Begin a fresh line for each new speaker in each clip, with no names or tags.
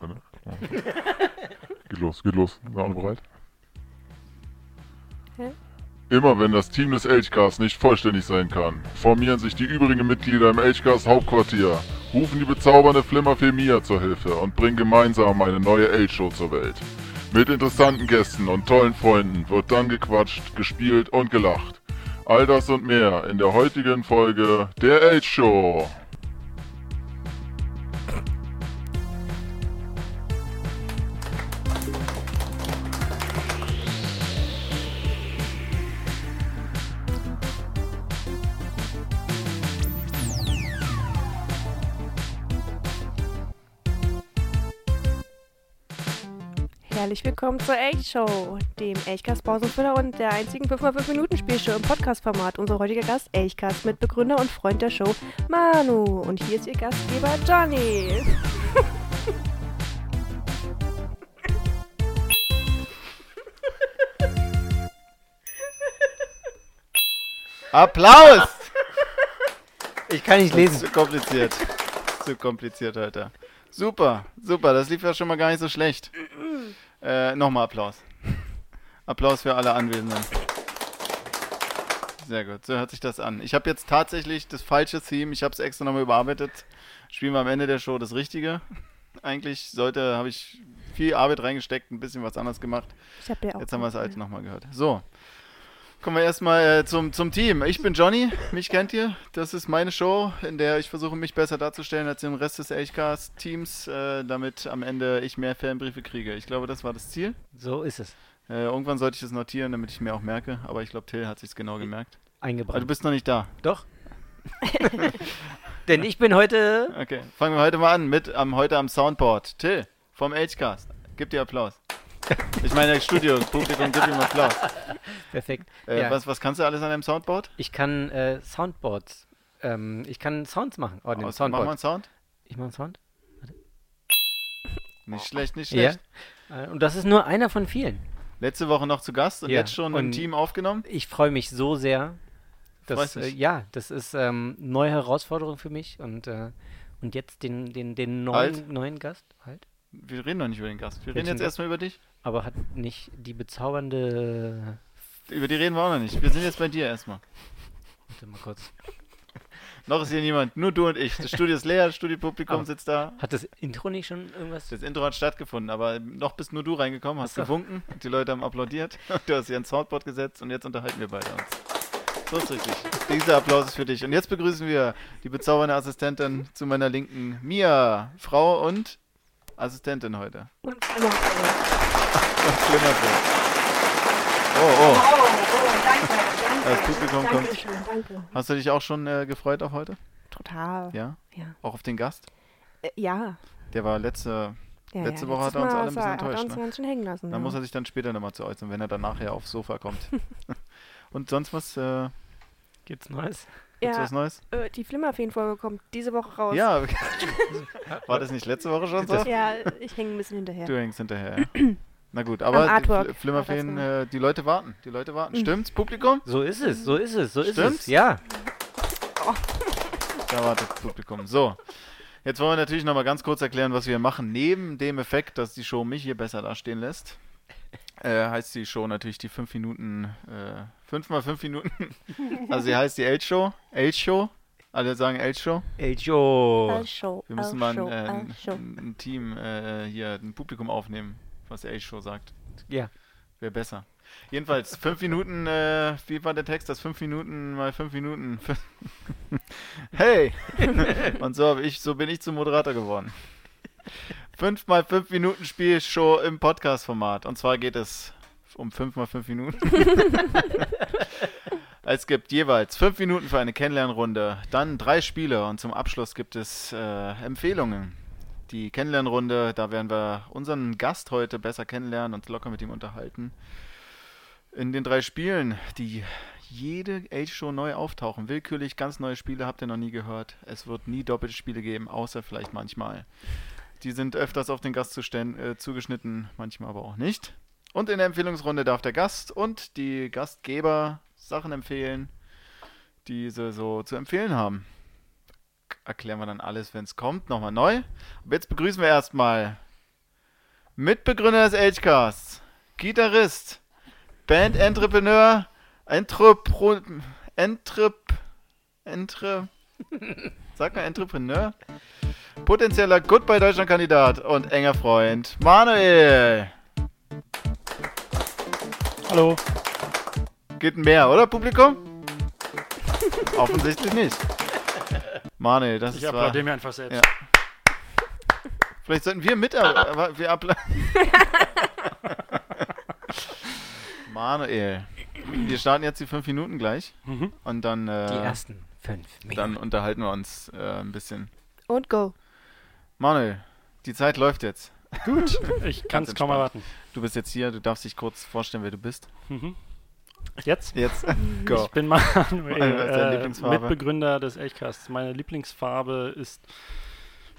Warte, ja. Geht los, geht los. Sind alle bereit?
Hä?
Immer wenn das Team des Elchcasts nicht vollständig sein kann, formieren sich die übrigen Mitglieder im Elchcast Hauptquartier, rufen die bezaubernde Flimmerfee Mia zur Hilfe und bringen gemeinsam eine neue Elchshow zur Welt. Mit interessanten Gästen und tollen Freunden wird dann gequatscht, gespielt und gelacht. All das und mehr in der heutigen Folge der Elchshow.
Herzlich willkommen zur Elch-Show, dem Elchcast-Pausenfüller und der einzigen 5x5-Minuten-Spielshow im Podcast-Format. Unser heutiger Gast, Elchcast, Mitbegründer und Freund der Show, Manu. Und hier ist ihr Gastgeber, Johnny.
Applaus! Ich kann nicht lesen. Zu kompliziert. Zu kompliziert, Alter. Super, super. Das lief ja schon mal gar nicht so schlecht. Äh, nochmal Applaus. Applaus für alle Anwesenden. Sehr gut, so hört sich das an. Ich habe jetzt tatsächlich das falsche Theme. Ich habe es extra nochmal überarbeitet. Spielen wir am Ende der Show das Richtige. Eigentlich sollte, habe ich viel Arbeit reingesteckt, ein bisschen was anderes gemacht.
Ich hab dir auch.
Jetzt haben wir es halt nochmal gehört. So. Kommen wir erstmal äh, zum, zum Team. Ich bin Johnny, mich kennt ihr. Das ist meine Show, in der ich versuche, mich besser darzustellen als den Rest des Elchcast-Teams, äh, damit am Ende ich mehr Fanbriefe kriege. Ich glaube, das war das Ziel.
So ist es.
Äh, irgendwann sollte ich das notieren, damit ich mir auch merke. Aber ich glaube, Till hat sich's genau gemerkt. Aber Also du
Eingebrannt.
bist noch nicht da.
Doch. Denn ich bin heute.
Okay, fangen wir heute mal an mit am, heute am Soundboard. Till vom Elchcast. Gib dir Applaus. Ich meine, Studio, Publikum, gib ihm Applaus.
Perfekt.
Äh,
ja,
was, was kannst du alles an deinem Soundboard?
Ich kann äh, Soundboards. Ähm, ich kann Sounds machen. Oh,
Aus-
den
Mach mal einen
Soundboard.
Sound.
Ich mache einen Sound.
Nicht schlecht, nicht schlecht.
Ja. Äh, Und das ist nur einer von vielen.
Letzte Woche noch zu Gast und
Ja,
jetzt schon im
und-
Team aufgenommen.
Ich freue mich so sehr. Das,
Freust
äh,
dich.
ja, das ist ähm, neue Herausforderung für mich. Und, äh, und jetzt den, den, den neuen,
Halt.
neuen Gast halt.
Wir reden noch nicht über den Gast. Wir reden
Welchen
jetzt
Gast?
erstmal über dich.
Aber hat nicht die bezaubernde.
Über die reden wir auch noch nicht. Wir sind jetzt bei dir erstmal.
Warte mal kurz.
Noch ist hier niemand, nur du und ich. Das Studio ist leer, das Studiopublikum
Aber-
sitzt da.
Hat das Intro nicht schon irgendwas?
Das Intro hat stattgefunden, aber noch bist nur du reingekommen, hast
Ach so.
gewunken, die Leute haben applaudiert, du hast hier ein Soundboard gesetzt und jetzt unterhalten wir beide uns. So ist richtig. Dieser Applaus ist für dich. Und jetzt begrüßen wir die bezaubernde Assistentin zu meiner Linken, Mia, Frau und Assistentin heute.
Und, ja,
Und Flimmerfee. Oh, oh.
Oh, oh, danke, danke.
Das Publikum kommt.
Dankeschön, danke.
Hast du dich auch schon äh, gefreut auf heute?
total. Ja.
Ja?
Ja.
Auch auf den Gast?
Äh, ja.
Der war letzte.
ja
Letzte
ja. Letztes
Woche hat er uns
Mal
alle ein bisschen
hat er- Hat er
enttäuscht,
uns
ne?
ganz schön hängen lassen.
Da
ja.
muss er sich dann später nochmal zu äußern, wenn er dann nachher aufs Sofa kommt. Und sonst was? Äh,
Gibt's Neues?
gibt's was
ja,
Neues?
äh, die Flimmerfeen-Folge kommt diese Woche raus.
Ja. War das nicht letzte Woche schon so?
Ja, ich hänge ein bisschen hinterher.
Du hängst hinterher. ja. Na gut, aber
Am
die
Artwork.
Fl- Flimmerfeen,
Ja,
äh, die Leute warten. Die Leute
Mhm.
warten. Stimmt's, Publikum?
So ist es, so ist es, so ist
Stimmt's?
es. Ja.
Da wartet das Publikum. So. Jetzt wollen wir natürlich nochmal ganz kurz erklären, was wir machen. Neben dem Effekt, dass die Show mich hier besser dastehen lässt, äh, heißt die Show natürlich die 5 Minuten, äh, 5 mal 5 Minuten. Also sie heißt die Elch-Show. Elch-Show. Alle sagen Elch-Show.
El Jo.
Als Show,
Wir müssen
als
mal ein,
Show,
äh,
als
ein,
Show.
ein ein Team äh, hier, ein Publikum aufnehmen, was Elch-Show sagt.
Ja.
Wäre besser. Jedenfalls, fünf Minuten, äh, wie war der Text? Das fünf Minuten mal fünf Minuten. hey! Und so, hab ich, so bin ich zum Moderator geworden. Fünf mal fünf Minuten Spielshow im Podcast-Format. Und zwar geht es um fünf mal fünf Minuten. es gibt jeweils fünf Minuten für eine Kennenlernrunde, dann drei Spiele und zum Abschluss gibt es äh, Empfehlungen die Kennenlernrunde. Da werden wir unseren Gast heute besser kennenlernen und locker mit ihm unterhalten. In den drei Spielen, die jede Age-Show neu auftauchen. Willkürlich ganz neue Spiele habt ihr noch nie gehört. Es wird nie doppelte Spiele geben, außer vielleicht manchmal. Die sind öfters auf den Gast zustän- äh, zugeschnitten, manchmal aber auch nicht. Und in der Empfehlungsrunde darf der Gast und die Gastgeber Sachen empfehlen, die sie so zu empfehlen haben. erklären wir dann alles, wenn es kommt, nochmal neu. Aber jetzt begrüßen wir erstmal Mitbegründer des Agecasts, Gitarrist, Band-Entrepreneur, Entrepro... Entrep... Entre... Sag mal Entrepreneur? Potenzieller Goodbye Deutschland-Kandidat und enger Freund, Manuel.
Hallo.
Geht mehr, oder, Publikum? Offensichtlich nicht. Manuel, das
Ich
ist wahr.
applaudiere mir einfach selbst.
Ja. Vielleicht sollten wir mit, aber wir appla- Manuel, wir starten jetzt die fünf Minuten gleich
Mhm.
und dann,
Die
äh,
ersten fünf
dann
Minuten.
unterhalten wir uns äh, ein bisschen.
Und go.
Manuel, die Zeit läuft jetzt.
Gut. Ich kann es kaum erwarten.
Du bist jetzt hier, du darfst dich kurz vorstellen, wer du bist.
Mhm. Jetzt?
Jetzt, go.
Ich bin Manuel,
Manuel, was ist deine
äh,
Lieblingsfarbe?
Mitbegründer des Elchcasts. Meine Lieblingsfarbe ist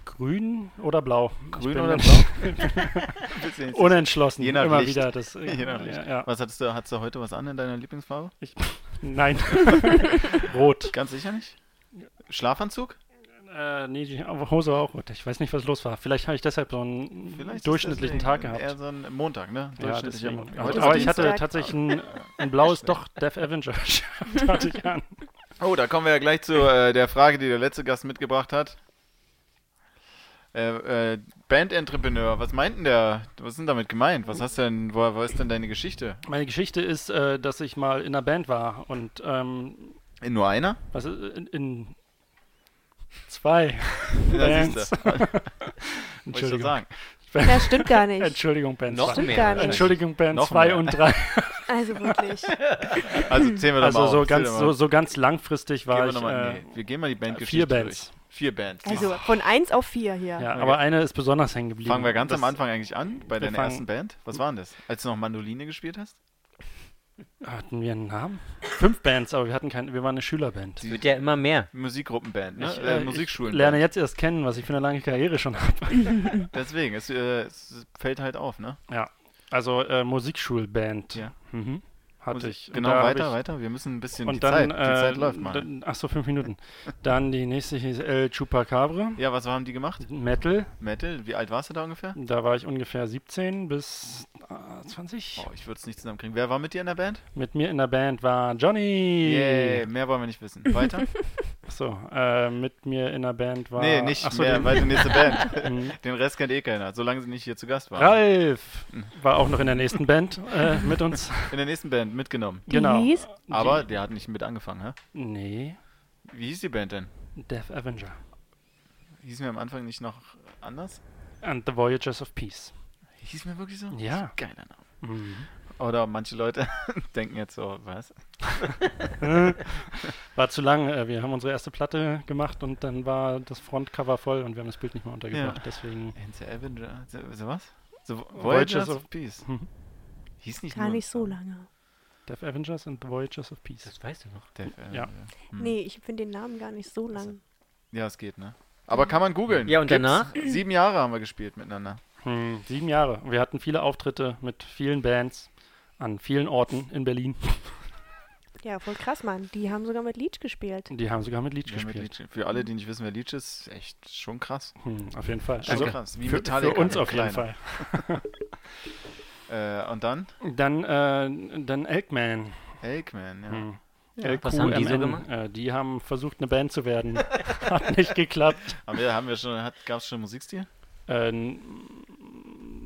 grün oder blau. Ich
Grün
bin
oder blau? Bisschen jetzt-
Unentschlossen.
Je nach
Immer
Licht.
wieder. Das, äh,
Je nach Licht.
Ja, ja.
Was hattest du, hattest du heute was an in deiner Lieblingsfarbe?
Nein. Rot.
Ganz sicher nicht? Schlafanzug?
Äh, nee, die Hose war auch rot. Ich weiß nicht, was los war. Vielleicht habe ich deshalb so einen
Vielleicht ist
durchschnittlichen
deswegen
Tag gehabt.
Eher so ein Montag, ne?
Ja,
Durchschnittlicher
deswegen.
Montag.
Aber,
Heute
aber
ist
ich hatte
Dienstag.
tatsächlich ein, ein blaues doch Death Avenger-Shirt hatte ich an.
Oh, da kommen wir ja gleich zu äh, der Frage, die der letzte Gast mitgebracht hat. Äh, äh, Band-Entrepreneur, was meint denn der? Was ist denn damit gemeint? Was hast du denn, wo, wo ist denn deine Geschichte?
Meine Geschichte ist, äh, dass ich mal in einer Band war und ähm,
In nur einer?
was ist, in, in zwei
siehst
Bands.
du. Wollte ich schon
Entschuldigung.
sagen.
Ja, stimmt gar nicht.
Entschuldigung, Band
Noch
2.
Stimmt
mehr
gar nicht.
Entschuldigung, Band
Noch
2
mehr.
und 3.
Also wirklich.
Also zählen wir doch mal
Also
auf.
so
zähl
ganz,
doch
so,
mal.
so ganz langfristig
gehen
war
wir,
ich.
noch mal,
äh,
nee, wir gehen mal die Bandgeschichte
vier Bands.
Durch. Vier Bands.
Also von 1 auf 4 hier.
Ja, aber eine ist besonders hängen geblieben.
Fangen wir ganz
Das-
am Anfang eigentlich an, bei deiner
fangen-
ersten Band. Was war denn das? Als du noch Mandoline gespielt hast?
Hatten wir einen Namen? Fünf Bands, aber wir hatten keinen, wir waren eine Schülerband.
Es wird ja immer mehr.
Musikgruppenband, ne?
Ich,
äh,
äh,
Musikschulen.
Ich lerne jetzt erst kennen, was ich für eine lange Karriere schon habe.
Deswegen, es, äh, es fällt halt auf, ne?
Ja, also äh, Musikschulband.
Ja.
Mhm. Hatte
Musik-
ich. Und
Genau,
da hab
weiter,
ich,
weiter. Wir müssen ein bisschen
Und
die, Zeit,
dann,
die
äh,
Zeit läuft mal.
dann- ach so, fünf Minuten. Dann die nächste hieß El Chupacabra.
Ja, was haben die gemacht?
Metal.
Metal? Wie alt warst du da ungefähr?
Da war ich ungefähr 17 bis äh, 20.
Oh, ich würde es nicht zusammenkriegen. Wer war mit dir in der Band?
Mit mir in der Band war Johnny.
Yay, mehr wollen wir nicht wissen. Weiter?
Ach so, äh, mit mir in der Band war.
nee, nicht
ach so,
mehr,
den-
weil die nächste Band.
Mhm.
Den Rest kennt eh keiner, solange sie nicht hier zu Gast waren.
Ralf
Hm.
war auch noch in der nächsten Band äh, mit uns.
In der nächsten Band mitgenommen.
Die
genau.
hieß
Aber der hat nicht mit angefangen, hä?
Nee,
Wie hieß die Band denn?
Death Avenger.
Hießen wir am Anfang nicht noch anders?
And the Voyagers of Peace.
Hießen wir wirklich so?
Ja.
Geiler Name.
Mhm.
Oder manche Leute denken jetzt so, was?
War zu lang. äh, Wir haben unsere erste Platte gemacht und dann war das Frontcover voll und wir haben das Bild nicht mehr untergebracht.
Ja.
Deswegen.
Ends the Avenger. So, so was? So, Voyagers,
Voyagers
of
of-
Peace.
Mhm.
Hieß nicht
gar
nur-
nicht so lange.
Death Avengers and the Voyagers of Peace.
Das weißt du noch.
Death Avenger.
Ja.
Hm.
Nee, ich finde den Namen gar nicht so lang.
Ja, es geht, ne? Aber kann man googeln.
Mhm. Ja, und
Gibt's.
danach?
Sieben Jahre haben wir gespielt miteinander.
Hm, sieben Jahre. Wir hatten viele Auftritte mit vielen Bands an vielen Orten in Berlin.
Ja, voll krass, Mann. Die haben sogar mit Leech gespielt.
Die haben sogar mit Leech
Wir haben mit
gespielt.
Leech- Für alle, die nicht wissen, wer Leech ist, echt schon krass.
Hm, auf jeden Fall.
Schon
Also
krass. Wie
für, für
Metallica,
uns
nur
auf jeden
kleiner.
Fall.
Äh, und dann?
Dann, äh, dann Elkman.
Elkman, ja.
Hm.
was haben die so
LQMN.
gemacht?
Äh, die haben versucht, eine Band zu werden. Hat nicht geklappt.
Haben wir, haben wir schon, hat, gab's schon einen Musikstil?
Äh, n-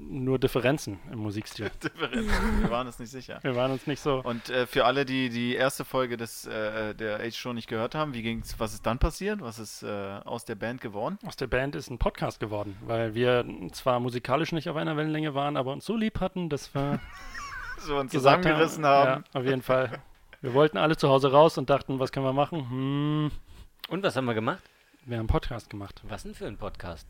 nur Differenzen im Musikstil.
wir waren uns nicht sicher.
Wir waren uns nicht so.
Und äh, für alle, die die erste Folge des, äh, der Age Show nicht gehört haben, wie ging's, was ist dann passiert? Was ist äh, aus der Band geworden?
Aus der Band ist ein Podcast geworden, weil wir zwar musikalisch nicht auf einer Wellenlänge waren, aber uns so lieb hatten, dass wir
So und
gesagt
zusammengerissen haben.
Ja, auf jeden Fall. Wir wollten alle zu Hause raus und dachten, was können wir machen? Hm,
Und was haben wir gemacht?
wir haben einen Podcast gemacht.
Was denn für ein Podcast?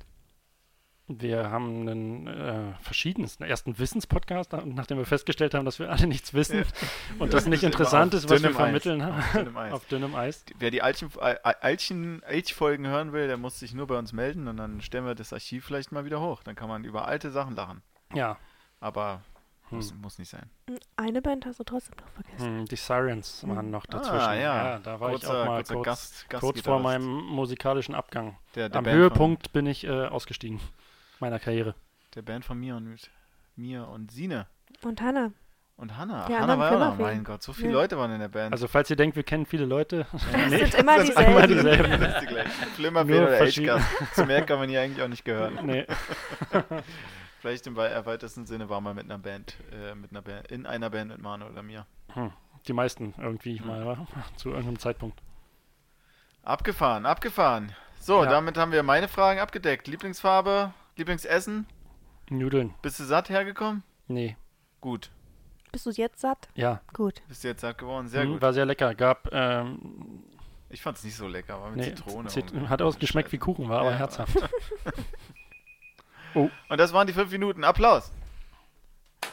Wir haben einen äh, verschiedensten ersten Wissenspodcast, nach- nachdem wir festgestellt haben, dass wir alle nichts wissen und
Das
das
ist
nicht
immer
interessant
auf
ist, was wir
dünnem Eis.
vermitteln
Auf dünnem
haben.
Eis.
Auf dünnem Eis.
Wer die alten, äh, alten Age-Folgen hören will, der muss sich nur bei uns melden und dann stellen wir das Archiv vielleicht mal wieder hoch. Dann kann man über alte Sachen lachen.
Ja,
Aber Muss, muss nicht sein.
Hm, Eine Band hast du trotzdem noch vergessen.
Hm, die Sirens waren noch dazwischen.
Ah, ja.
da war ich
Kurzer-
auch mal
kurzer
kurz,
Gast-
kurz vor
Gastgitarrist.
meinem musikalischen Abgang.
Der, der
Am
Band
Höhepunkt bin ich äh, ausgestiegen meiner Karriere.
Von, der Band von mir und mir und Sine
Und Hannah.
und Hannah. Ach,
Ja,
Hannah
anderen
war
können
auch
wir
noch. Mein
wählen.
Gott, so viele
Ja.
Leute waren in der Band.
Also falls ihr denkt, wir kennen viele Leute,
Es
nee,
sind immer
Das ist immer
dieselben.
dieselben.
das ist die gleiche. Flimmerbild
Nur
oder
verschieden.
Edgecast. Zu mehr kann man hier eigentlich auch nicht gehören.
nee,
Vielleicht im wei- erweiterten Sinne war mal mit einer Band, äh, mit einer Band, in einer Band mit Manu oder mir.
die meisten
Mhm.
irgendwie mal wa? zu irgendeinem Zeitpunkt.
Abgefahren, abgefahren. So,
Ja.
damit haben wir meine Fragen abgedeckt. Lieblingsfarbe, Lieblingsessen.
Nudeln.
Bist du satt hergekommen?
Nee,
Gut.
Bist du jetzt satt?
ja.
Gut.
Bist du jetzt satt geworden? Sehr
Hm,
gut.
War sehr lecker. Gab ähm,
Ich fand's nicht so lecker, war mit
nee,
Zitrone.
Zit-
und-
hat ausgeschmeckt wie Kuchen, war aber
Ja.
herzhaft.
Und das waren die fünf Minuten. Applaus.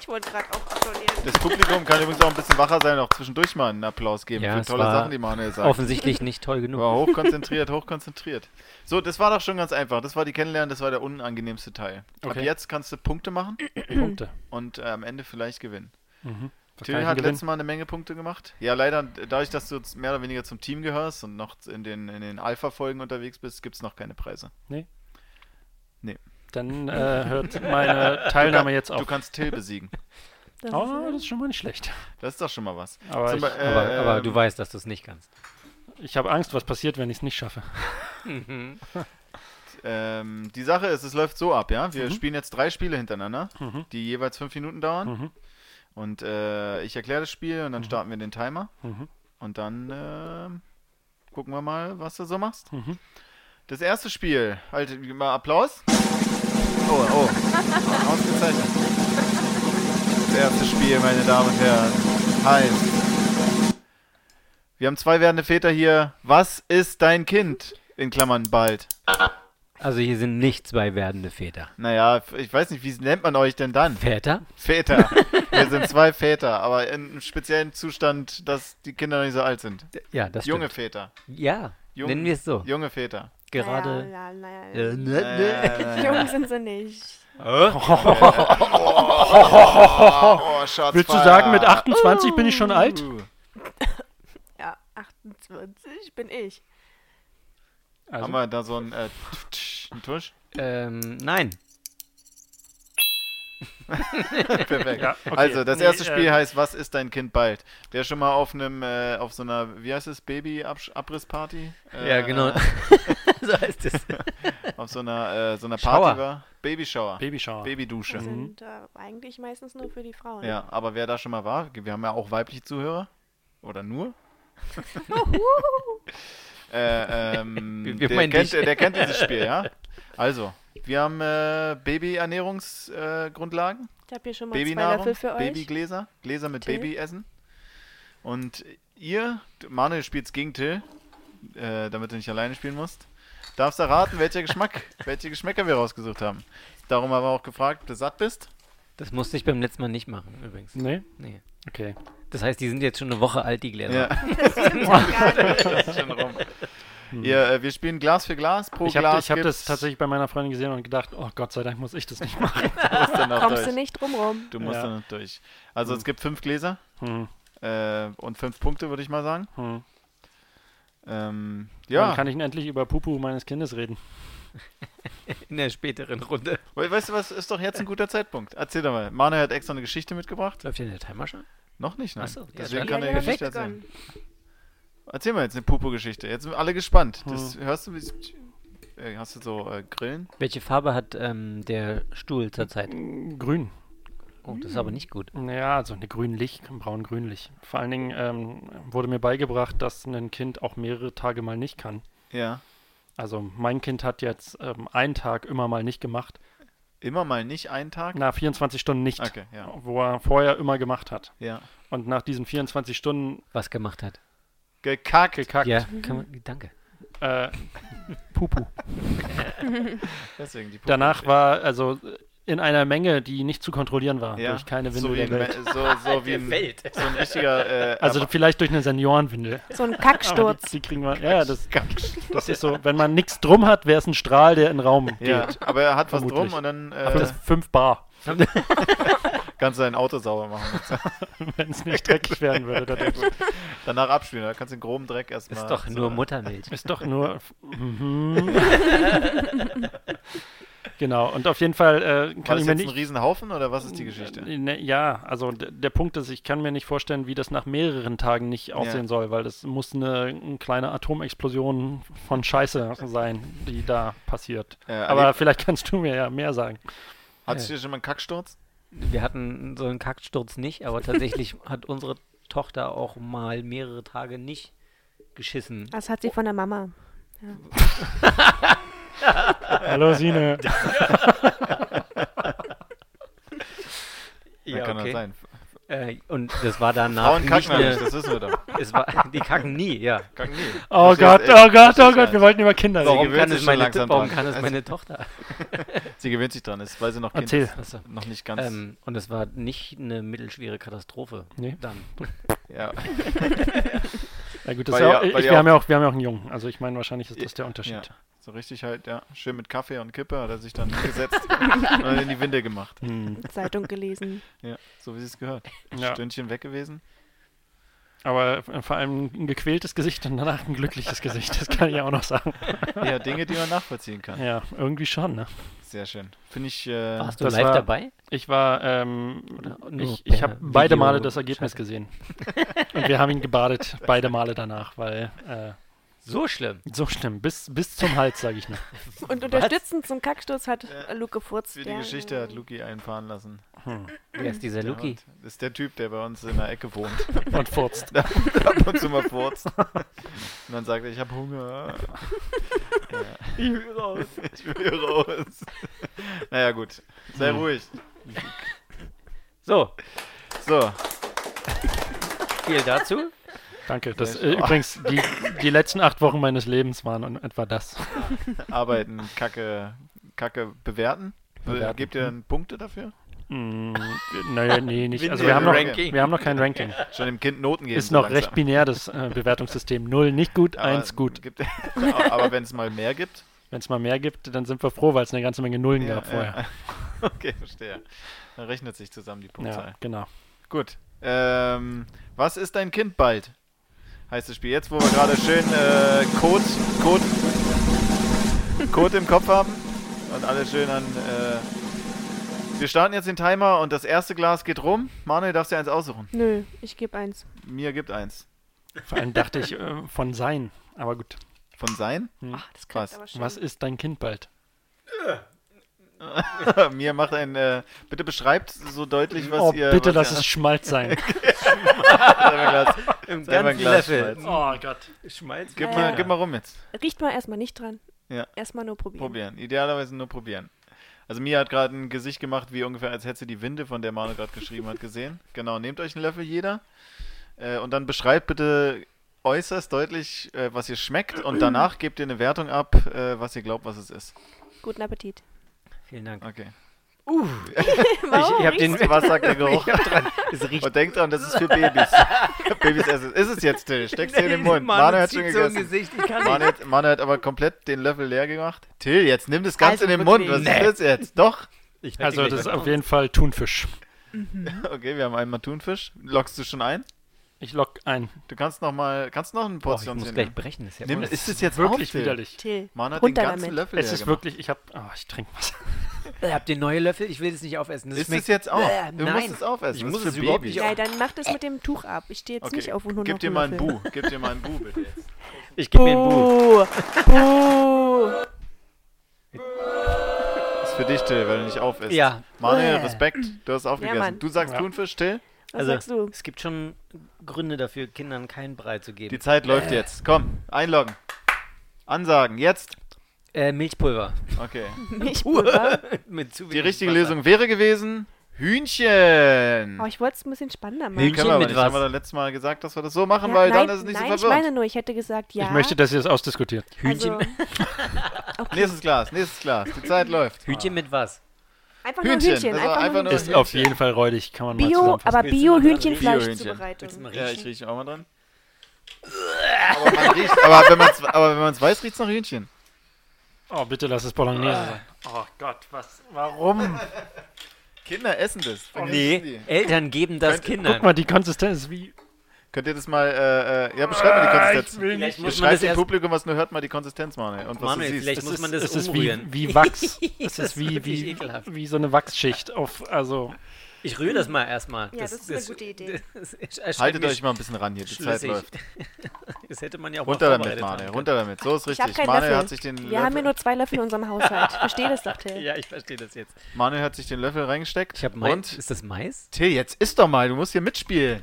Ich wollte gerade auch applaudieren.
Das Publikum kann übrigens auch ein bisschen wacher sein, auch zwischendurch mal einen Applaus geben
Ja,
für
es
tolle
war
Sachen, die Manuel sagt.
Offensichtlich nicht toll genug.
War hochkonzentriert, hochkonzentriert. So, das war doch schon ganz einfach. Das war die Kennenlernen, das war der unangenehmste Teil. Ab
Okay.
jetzt kannst du Punkte machen
Punkte.
und äh, am Ende vielleicht gewinnen.
Mhm. Was kann
Till
ich
hat
denn gewinnen?
letztes Mal eine Menge Punkte gemacht. Ja, leider, dadurch, dass du jetzt mehr oder weniger zum Team gehörst und noch in den, in den Alpha-Folgen unterwegs bist, gibt es noch keine Preise.
Dann äh, hört meine Teilnahme jetzt
Du
auf.
kannst Till besiegen.
Das
Oh, das
ist,
ist schon mal nicht schlecht.
Das ist doch schon mal was.
Aber
Zum
ich,
Be-
aber,
äh,
aber du
ähm,
weißt, dass du es nicht kannst.
ich habe Angst, was passiert, wenn ich es nicht schaffe.
Ähm, die Sache ist, es läuft so ab, ja. Wir spielen jetzt drei Spiele hintereinander,
Mhm.
die jeweils fünf Minuten dauern.
Mhm.
Und äh, ich erkläre das Spiel und dann starten wir den Timer.
Mhm.
Und dann ähm, gucken wir mal, was du so machst.
Mhm.
Das erste Spiel, halt, mal Applaus. Oh, oh. Ausgezeichnet. Das erste Spiel, meine Damen und Herren, heißt. Wir haben zwei werdende Väter hier. Was ist dein Kind? In Klammern bald.
Also hier sind nicht zwei werdende Väter.
Naja, ich weiß nicht, wie nennt man euch denn dann?
Väter?
Väter. Wir sind zwei Väter, aber in einem speziellen Zustand, dass die Kinder noch nicht so alt sind.
Ja, das
Junge Väter.
stimmt. Ja,
Jung-
nennen wir es so.
Junge Väter.
Gerade.
Naja, naja,
Äh,
naja.
ne, ne.
Jung sind sie nicht.
Äh?
Oh,
Oh,
Oh, Uh, Shots
Willst du
fired.
sagen, mit 28 bin ich schon
Oh.
alt?
Ja, 28 bin ich.
Also,
Haben wir da so einen, äh, einen Tusch?
Ähm, nein.
Perfekt.
ja, okay.
Also, das
Nee,
erste
äh,
Spiel heißt, was ist dein Kind bald? Wer schon mal auf einem, äh, auf so einer, wie heißt es, Baby-Abrissparty?
Ja, genau. so heißt es.
Auf so einer, äh, so einer Party
Shower.
war? Babyshower.
Babyshower. Mhm.
Babydusche.
Das sind äh, eigentlich meistens nur für die Frauen.
Ja, aber wer da schon mal war, wir haben ja auch weibliche Zuhörer. Oder nur. äh, ähm,
Wir- wir
der,
meinen
kennt,
dich.
der kennt dieses Spiel, ja? Also, wir haben äh, Babyernährungsgrundlagen, äh, Grundlagen,
Ich habe hier schon mal zwei
Babynahrung,
Löffel für euch.
Babygläser, Gläser mit
Till.
Babyessen. Und ihr, Manuel spielt's gegen Till, äh, damit du nicht alleine spielen musst. Darfst erraten, welcher Geschmack, welche Geschmäcker wir rausgesucht haben. Darum haben wir auch gefragt, ob du satt bist.
Das musste ich beim letzten Mal nicht machen, übrigens.
Nee?
Nee.
Okay.
Das heißt, die sind jetzt schon eine Woche alt, die Gläser.
Ja. Ist schon rum. Ihr, äh, wir spielen Glas für Glas, pro
Ich habe
Glas
ich hab
gibt's-
das tatsächlich bei meiner Freundin gesehen und gedacht, oh Gott sei Dank muss ich das nicht machen.
Du musst dann noch
Kommst du
durch.
nicht drum rum.
Du musst
Ja.
dann noch durch. Also es gibt fünf Gläser
Hm,
äh, und fünf Punkte, würde ich mal sagen.
hm.
Ähm,
Ja.
ja,
Dann kann ich endlich über Pupu meines Kindes reden.
In der späteren Runde.
We- weißt du was, ist doch jetzt ein guter Zeitpunkt. Erzähl doch mal. Manuel hat extra eine Geschichte mitgebracht.
Läuft ja der Timer schon?
Noch nicht, nein.
Ach so, ja,
Deswegen
dann-
kann er
ja,
Geschichte
let's go.
erzählen. Erzähl mal jetzt eine Pupo-Geschichte. Jetzt sind alle gespannt. Das hörst du, wie- äh, hast du so äh, Grillen?
Welche Farbe hat ähm, der Stuhl zurzeit?
Grün.
Oh, das ist aber nicht gut.
Naja, so eine grünlich, braun-grünlich. Vor allen Dingen ähm, wurde mir beigebracht, dass ein Kind auch mehrere Tage mal nicht kann.
Ja.
Also mein Kind hat jetzt ähm, einen Tag immer mal nicht gemacht.
Immer mal nicht einen Tag?
Na, 24 Stunden nicht.
Okay, ja.
Wo er vorher immer gemacht hat.
Ja.
Und nach diesen 24 Stunden
Was gemacht hat.
Gekackt.
gekackt.
Ja, kann man, danke.
Äh, Pupu.
Deswegen die Pupo
Danach war also in einer Menge, die nicht zu kontrollieren war, durch keine Windel
so wie
der Welt.
Ein, so, so wie
Ähm,
ein, so ein richtiger. Äh,
Also
aber-
vielleicht durch eine Seniorenwindel.
So ein
Aber
Kacksturz.
die, die kriegen wir. Ja, das, das ist so, wenn man nichts drum hat, wäre es ein Strahl, der in den Raum
ja,
geht.
aber er hat was drum
Vermutlich.
und dann.
Aber
Äh,
das 5 Bar.
Kannst du dein Auto sauber machen.
wenn es nicht dreckig werden würde. Dann
Danach abspielen, da kannst du den groben Dreck erstmal.
Ist doch
so-
nur Muttermilch.
Ist doch nur. Mhm. genau, und auf jeden Fall äh, kann
War
ich
das
mir
jetzt ein
nicht.
Riesenhaufen oder was ist die Geschichte?
Ne, ja, also d- der Punkt ist, ich kann mir nicht vorstellen, wie das nach mehreren Tagen nicht aussehen soll, weil das muss eine, eine kleine Atomexplosion von Scheiße sein, die da passiert.
Äh, Ali,
Aber vielleicht kannst du mir ja mehr sagen.
hattest du dir schon mal einen Kacksturz?
Wir hatten so einen Kacksturz nicht, aber tatsächlich hat unsere Tochter auch mal mehrere Tage nicht geschissen.
Das hat sie von der Mama.
Hallo Sine.
Ja, kann das sein.
Äh, und das war danach
Frauen
nicht
kacken
eine,
nicht, das wissen wir doch.
es war, Die kacken nie, ja.
Kacken nie.
Oh
Das ist
Gott,
jetzt echt-
oh Gott,
das
oh
ist
Gott, wir
jetzt-
wollten über Kinder
Warum?
Warum
reden.
gewöhnt
kann
sich
es
schon
meine,
langsam
warum
dran.
kann es
Also-
meine Tochter?
Sie gewöhnt sich dran, ist, weil sie noch Kind
Erzähl.
ist.
Achso.
Noch nicht ganz.
Ähm, und es war nicht eine mittelschwere Katastrophe.
Nee.
Dann.
ja.
Na gut, das
Weil
ist ja,
ja-
auch, ich,
weil ja auch-
wir, haben ja auch, wir haben ja auch einen Jungen. Also ich meine, wahrscheinlich ist das der
ja.
Unterschied.
So richtig halt, ja. Schön mit Kaffee und Kippe hat er sich dann gesetzt und in die Winde gemacht.
Hm.
Zeitung gelesen.
Ja, so wie sie es gehört.
Ja.
Stündchen weg gewesen.
Aber äh, vor allem ein gequältes Gesicht und danach ein glückliches Gesicht. Das kann ich auch noch sagen.
Ja, Dinge, die man nachvollziehen kann.
Ja, irgendwie schon. Ne?
Sehr schön. Finde ich, äh,
Warst du
das
live
war-
dabei?
Ich war, ähm,
nur
ich,
per
ich habe beide
Video-
Male das Ergebnis
Scheiße.
gesehen. Und wir haben ihn gebadet, beide Male danach, weil äh,
So schlimm.
so schlimm, bis, bis zum Hals, sage ich noch.
Und unterstützend zum Kacksturz hat
Ja.
Luke gefurzt.
für die
ja.
Geschichte hat Luki einfahren lassen.
Wer ist dieser
Der
Luki?
Hund. Das ist der Typ, der bei uns in der Ecke wohnt.
Und furzt.
Da ab und zu mal furzt. Und dann sagt er, ich habe Hunger.
Ich will raus.
Ich will raus. Naja, gut. Sei
Hm.
ruhig.
So,
So,
viel dazu.
Danke. Das,
Sehr
äh,
schön.
übrigens, die, die letzten acht Wochen meines Lebens waren und etwa das.
arbeiten, Kacke, Kacke bewerten.
Bewerten. Hm.
Gebt ihr dann Punkte dafür?
Mm, naja, nee, nicht. Also
Windel-
wir haben, noch,
Ranking.
wir haben noch kein Ranking.
Schon dem Kind Noten geben.
Ist
so
noch
langsam.
recht binär das äh, Bewertungssystem. Null nicht gut,
Aber
eins gut.
Gibt, aber wenn es mal mehr gibt.
Wenn es mal mehr gibt, dann sind wir froh, weil es eine ganze Menge Nullen gab vorher.
ja. Okay, verstehe. Dann rechnet sich zusammen die
Ja,
Punktzahl.
genau.
Gut. Ähm, was ist dein Kind bald? Heißt das Spiel. Jetzt, wo wir gerade schön äh, Code, Code, Code im Kopf haben und alle schön an. Äh, wir starten jetzt den Timer und das erste Glas geht rum. Manuel, darfst dir eins aussuchen.
Nö, ich gebe eins.
Mir gibt eins.
Vor allem dachte ich äh, von sein. Aber gut.
Von sein?
Hm.
Ach, das klingt
Was?
aber schön.
Was ist dein Kind bald?
Mir macht ein. Äh, bitte beschreibt so deutlich, was
oh,
ihr. was
bitte lass
ihr,
es Schmalz sein.
Glas.
Im
Selber ein
ganzen
Glas
Löffel.
oh Gott.
Schmalz.
Gib,
Ja.
mal, gib mal rum jetzt.
Riecht mal erstmal nicht dran.
Ja.
Erstmal nur probieren.
Probieren. Idealerweise nur probieren. Also Mia hat gerade ein Gesicht gemacht, wie ungefähr, als hätte sie die Winde, von der Manu gerade geschrieben hat, gesehen. Genau, nehmt euch einen Löffel jeder äh, und dann beschreibt bitte äußerst deutlich, äh, was ihr schmeckt und danach gebt ihr eine Wertung ab, äh, was ihr glaubt, was es ist.
Guten Appetit.
Oh, Vielen Dank.
Okay.
Warum
ich hab den-
riechst
Was sagt der Geruch?
Es riecht
Und denkt dran, das ist für Babys. Babys essen. Ist es jetzt, Till? Steck's dir in den Mund.
Manu
Manu hat
zieht
schon
so ein
gegessen.
Gesicht, ich kann
Manu hat, Manu hat aber komplett den Löffel leer gemacht. Till, jetzt nimm das Ganze
Also
in den Mund. Was
wirklich-
ist das jetzt? Doch.
nicht.
Also das ist auf jeden Fall Thunfisch.
Okay, wir haben einmal Thunfisch. Lockst du schon ein?
Ich lock ein.
Du kannst noch mal, kannst noch eine
Boah, Oh, ich
Portion
muss
sehen.
gleich brechen. Ist ja
Nimm,
wohl-
ist es jetzt
Wirklich
auf, Till?
widerlich.
Till,
Man hat den
runter
ganzen
damit.
Löffel genau.
Es
leer
ist
gemacht.
wirklich, ich habe, oh, ich trinke was.
Ihr habt den neuen Löffel, ich will es nicht aufessen. Das
Ist
schmeckt-
es jetzt auf?
Bäh,
Du
nein.
musst es aufessen.
Ich
Das
muss
ist
es
für
überhaupt
Babys.
nicht
Nein, dann mach das mit dem Tuch ab. Ich stehe jetzt nicht auf und hole
Gib
noch
dir
einen
mal ein
Löffel.
Bu. Gib dir mal ein Bu, bitte. jetzt.
Ich gebe mir ein Buch.
Buh. Buh.
Das ist für dich, Till, weil du nicht auf isst.
Ja.
Manuel,
Bäh.
Respekt. Du hast aufgegessen.
Äh. Mann.
du sagst
Ja.
Thunfisch, Till.
Was
Also-
sagst du?
also es gibt schon Gründe dafür, Kindern keinen Brei zu
Die
geben.
Zeit läuft
Äh.
jetzt. Komm, einloggen. Ansagen, jetzt.
Äh, Milchpulver.
Okay.
Milchpulver.
Mit zu
Die richtige Lösung wäre gewesen Hühnchen.
Oh, ich wollte es ein bisschen spannender machen.
Nee,
Können wir aber
mit
nicht.
was?
Haben wir das letzte Mal gesagt, dass wir das so machen,
Ja,
weil
nein,
dann ist es nicht
nein,
so verwirrend.
ich meine nur, ich hätte gesagt, ja.
Ich möchte, dass ihr das ausdiskutiert.
Hühnchen,
Also,
Nächstes Glas, nächstes Glas. Die Zeit läuft.
Hühnchen mit was?
einfach nur
Hühnchen.
Hühnchen.
Das
Einfach,
war einfach
nur
nur-
Ist auf jeden Fall räudig, kann man mal
Bio,
zusammenfassen.
aber
Willst du mal dran riechen? Willst du
Bio-Hühnchenfleisch-Zubereitung.
mal
Ja, ich
riechen?
rieche auch mal dran. aber man riecht, aber wenn man's- aber wenn man es weiß, riecht es nach Hühnchen. oh
Oh, bitte lass es Bolognese sein. Oh Gott, was, warum?
Kinder essen das. Vergessen
Nee,
Sie.
Eltern geben das
Guck
Kindern.
mal, die Konsistenz ist wie.
Könnt ihr das mal, äh, äh, ja, beschreib mal die Konsistenz.
will
Vielleicht muss man
Beschreib
das
dem
erst,
Publikum, was nur hört, mal die Konsistenz, Manuel. Und was
Manuel,
du
vielleicht
siehst.
Es
muss
ist,
man das
es ist wie,
umrühren.
wie Wachs. es
Das
ist
ist
wie,
wirklich
wie,
ekelhaft.
wie so eine Wachsschicht. Auf, also,
ich rühre das mal erstmal.
Ja, das ist eine gute Idee.
das erscheint
Haltet
mir
euch mal ein bisschen ran hier, die Zeit
schlüssig.
läuft.
Das hätte man ja auch
Runter
mal
damit,
vorbereitet
Manuel,
haben
runter damit. So ist
Ich habe
richtig.
keinen
Manuel
Löffel.
hat sich den
Wir haben hier
Löffel,
nur zwei Löffel in unserem Haushalt. Versteh das doch,
können.
Till.
Ja, ich verstehe das jetzt.
Manuel hat sich den Löffel reingesteckt.
Ich habe Mais.
und
Ist das Mais?
Till, jetzt isst doch mal, du musst hier mitspielen.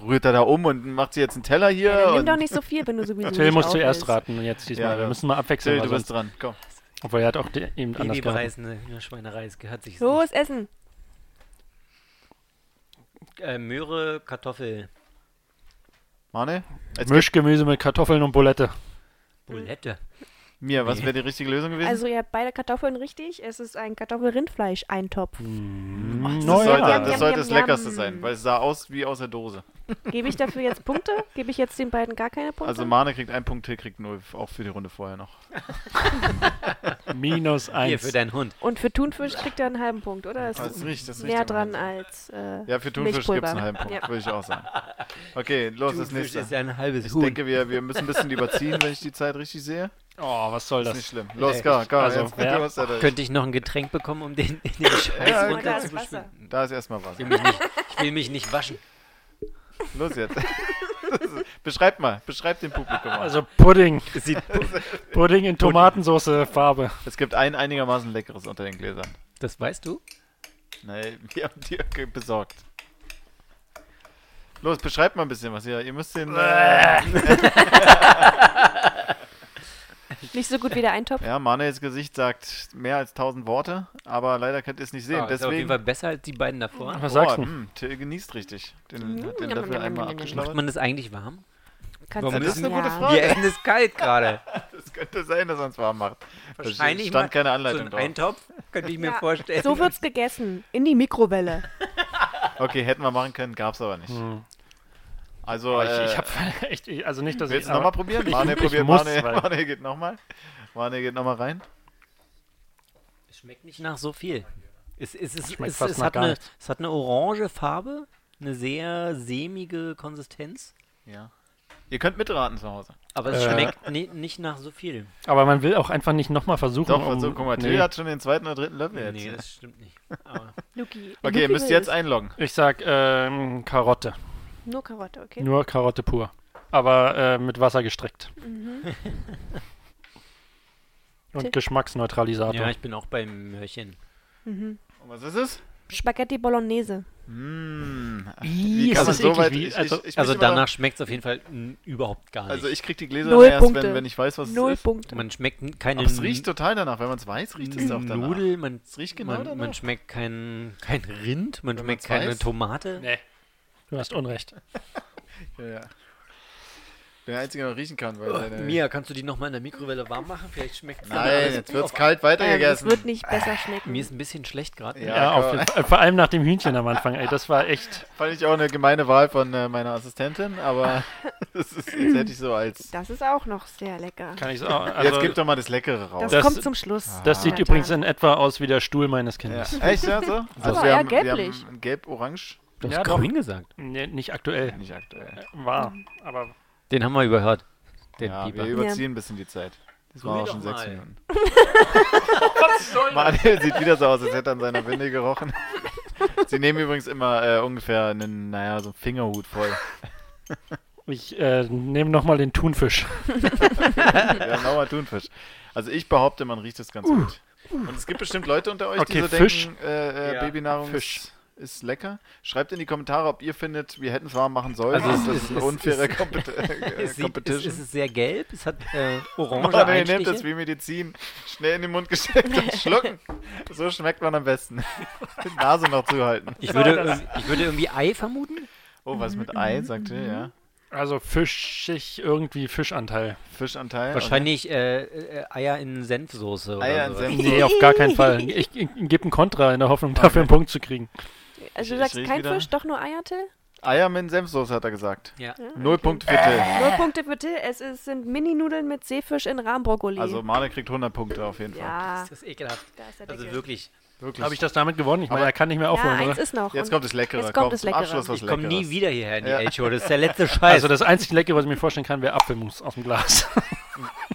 Rührt er da um und macht sie jetzt einen Teller hier.
Ja, dann nimm
und
doch nicht so viel, wenn du sowieso
Till
nicht
muss
auf
zuerst
willst.
raten. Und jetzt diesmal.
Ja,
Wir
ja.
müssen mal abwechseln.
Till, du
weil
bist
sonst,
dran. Komm.
obwohl er hat auch die, eben anders gehabt.
Babypreisen, ne? Schweinerei, es gehört sich so.
Los, essen.
Äh, Möhre, Kartoffel,
Manuel, jetzt gib
Mischgemüse mit Kartoffeln und Bulette.
Bulette.
mir, was wäre die richtige Lösung gewesen?
Also ihr habt beide Kartoffeln richtig. Es ist ein Kartoffel-Rindfleisch-Eintopf.
Hm.
das
Neuer.
sollte
Yum,
das,
yum,
sollte
yum,
das Leckerste
yum.
sein, weil es sah aus wie aus der Dose.
Gebe ich dafür jetzt Punkte? Gebe ich jetzt den beiden gar keine Punkte?
Also Mane kriegt einen Punkt, Till kriegt null, auch für die Runde vorher noch.
Minus
Hier,
eins.
für deinen Hund.
Und für Thunfisch kriegt er einen halben Punkt, oder? Das
Das
ist
riecht, Also das riecht
näher
immer
dran
so.
als äh,
Ja, für Thunfisch gibt
Milchpulver.
es einen halben Punkt,
Ja.
würde ich auch sagen. Okay, los, das
Thunfisch
nächste.
ist ja ein halbes
Ich
Huhn.
denke, wir, wir müssen ein bisschen überziehen, wenn ich die Zeit richtig sehe.
Oh, was soll
Ist
das?
nicht schlimm. Los,
Ey,
go, go.
also,
jetzt,
wer-
los, Alter.
Könnte ich noch ein Getränk bekommen, um den, den Scheiß
Ja,
da
runter
ist
zu
Wasser.
spülen?
da ist erstmal was.
Ich will mich nicht- Ich will mich nicht waschen.
Los jetzt. Beschreib mal, beschreib dem Publikum mal.
Also Pudding.
Es sieht,
Pudding in Tomatensoße Farbe.
Es gibt ein einigermaßen leckeres unter den Gläsern.
das weißt du?
Nee, wir haben dir ge- besorgt. Los, beschreibt mal ein bisschen was hier. Ihr müsst den. Äh,
nicht so gut wie der Eintopf.
ja, Manuels Gesicht sagt mehr als tausend Worte, aber leider könnt ihr es nicht sehen.
Ah, ist auf jeden
Deswegen.
Fall besser als die beiden davor.
Was sagst
oh,
du?
mh, Till genießt richtig. Den, hat den
Mm,
Löffel
mm,
einmal
mm, mm,
Macht
abgeschlabbert.
man das eigentlich warm?
Kannst
Warum
du
ist das
eine gute
Ja.
Frage?
Wir essen es kalt gerade.
Das könnte sein, dass er uns warm macht. Da
Wahrscheinlich
stand
macht-
keine
So
Anleitung
ein
drauf.
Eintopf könnte ich mir
Ja,
vorstellen.
So wird's gegessen. In die Mikrowelle.
Okay, hätten wir machen können, gab's aber nicht. Also,
Oh, Hm. ich,
äh,
ich hab echt, ich- also nicht, dass
willst
ich.
du nochmal
aber-
probieren? Manuel
ich
probiert,
muss,
Manuel,
weil-
Manuel geht nochmal. Manuel geht nochmal rein.
Es schmeckt nicht nach so viel. Es, es, es,
Schmeckt
es,
fast
es,
nach
hat
gar
eine,
nichts.
es hat eine orange Farbe, eine sehr sämige Konsistenz,
Ja. Ihr könnt mitraten zu Hause.
aber es
Äh.
schmeckt ni- nicht nach so viel.
Aber man will auch einfach nicht nochmal versuchen.
Doch,
um-
versuch, guck mal, Till
nee.
hat schon den zweiten oder dritten Löffel jetzt.
Nee, das stimmt nicht. Aber
Luki.
okay, ihr
Luki
müsst
will
jetzt
es.
einloggen.
Ich sag ähm, Karotte.
Nur Karotte, okay?
Nur Karotte pur. Aber äh, mit Wasser gestreckt. Und
Mhm. Tipp.
Geschmacksneutralisator.
ja, ich bin auch beim Möhrchen.
Und was ist es?
Spaghetti Bolognese.
Mmh.
Ih,
kann
es
man
ist
so weit-
eklig, wie-
ich-
also-
ich- ich
Also
möchte mal-
danach schmeckt es auf jeden Fall mm, überhaupt gar nicht.
Also ich krieg die Gläser
Null
dann erst, wenn,
Punkte.
wenn ich weiß, was
Null
es ist.
Punkte.
man schmeckt n- keine
Aber es riecht total danach. Wenn man es weiß, riecht es auch danach.
Nudel, man,
Es riecht genau
man, man
danach.
schmeckt kein, kein Rind, man
Wenn
schmeckt
man's
keine
weiß.
Tomate.
nee, du hast Unrecht.
Ja, ja. Ich bin der Einzige, der noch riechen kann.
Oh,
Weil seine-
Mia, kannst du die nochmal in der Mikrowelle warm machen? Vielleicht schmeckt
Nein, jetzt wird es
kalt.
Ähm,
kalt
es
weitergegessen.
wird nicht besser schmecken.
Mir ist ein bisschen schlecht gerade.
Ja,
Ja, auf jeden Fall. Vor allem nach dem Hühnchen am Anfang. Ey, das war echt.
Fand ich auch eine gemeine Wahl von äh, meiner Assistentin, aber das ist, jetzt hätte ich so als...
Das ist auch noch sehr lecker.
Kann ich auch. Also,
jetzt gib doch mal das Leckere raus.
Das,
Das-
kommt zum
Ah.
Schluss.
das sieht
Jonathan.
übrigens in etwa aus wie der Stuhl meines
ja.
Kindes.
Echt, ja, so? Also
war
wir
eher
haben, wir
gelblich.
haben gelb-orange,
Du
Ja,
hast
doch.
grün gesagt.
Nee, nicht aktuell.
nicht aktuell.
War.
Mhm.
Aber
Den haben wir überhört. Den
Ja, wir
Pieper.
überziehen ein bisschen die Zeit. Das war
Rühr
auch
doch
schon sechs
mal.
Minuten. Manuel sieht wieder so aus, als hätte er an seiner Winde gerochen. Sie nehmen übrigens immer äh, ungefähr einen, naja, so einen Fingerhut voll.
ich äh, nehme nochmal den Thunfisch.
Ja, genauer Thunfisch. Also ich behaupte, man riecht es ganz
Uh.
gut. Und es gibt bestimmt Leute unter euch, die
Okay,
so
Fisch.
denken, äh, äh,
Ja,
Babynahrung
Fisch.
Ist, ist lecker. Schreibt in die Kommentare, ob ihr findet, wir hätten es warm machen sollen.
Also es
das
ist-
ist eine
es
unfaire
ist-
Kompet äh,
Es, sieht, es, es
Competition.
ist sehr gelb, es hat äh, orange
Manuel nimmt das
Einstiche.
wie Medizin, schnell in den Mund gesteckt und schlucken. So schmeckt man am besten. Die Nase noch zuhalten.
Ich würde, irgendwie- ich würde irgendwie Ei vermuten.
Oh, was mit Ei, sagt ihr, ja.
Also fischig irgendwie Fischanteil.
Fischanteil.
Wahrscheinlich äh, äh, Eier in Senfsoße oder
Eier in
sowas.
Senf.
Nee, auf gar keinen Fall. Ich, ich, ich gebe einen Kontra in der Hoffnung, dafür einen Punkt zu kriegen.
Also du
Ich- ich
sagst
riech
kein
wieder.
Fisch, doch nur Eier, Till?
Eier mit Senfsoße, hat er gesagt.
Ja.
Null Punkte für Till.
Äh.
Null Punkte bitte. Es ist, sind Mini-Nudeln mit Seefisch in Rahmbrokkoli.
Also Mane kriegt 100 Punkte auf jeden Fall.
ja,
Das ist ekelhaft.
da ist der
Also
Deckel.
wirklich.
Wirklich.
Habe ich das damit gewonnen? Ich meine,
Aber-
er kann nicht mehr
ja,
aufholen,
eins
oder?
ist noch.
Jetzt
Und
kommt das Leckere.
Jetzt kommt
Komm,
das
zum
Leckere.
Abschluss was
Ich komme nie
Leckeres.
wieder hierher in die
Ja.
Elcho. Das ist der letzte Scheiß.
Also das einzige Leckere, was ich mir vorstellen kann, wäre Apfelmus aus dem Glas.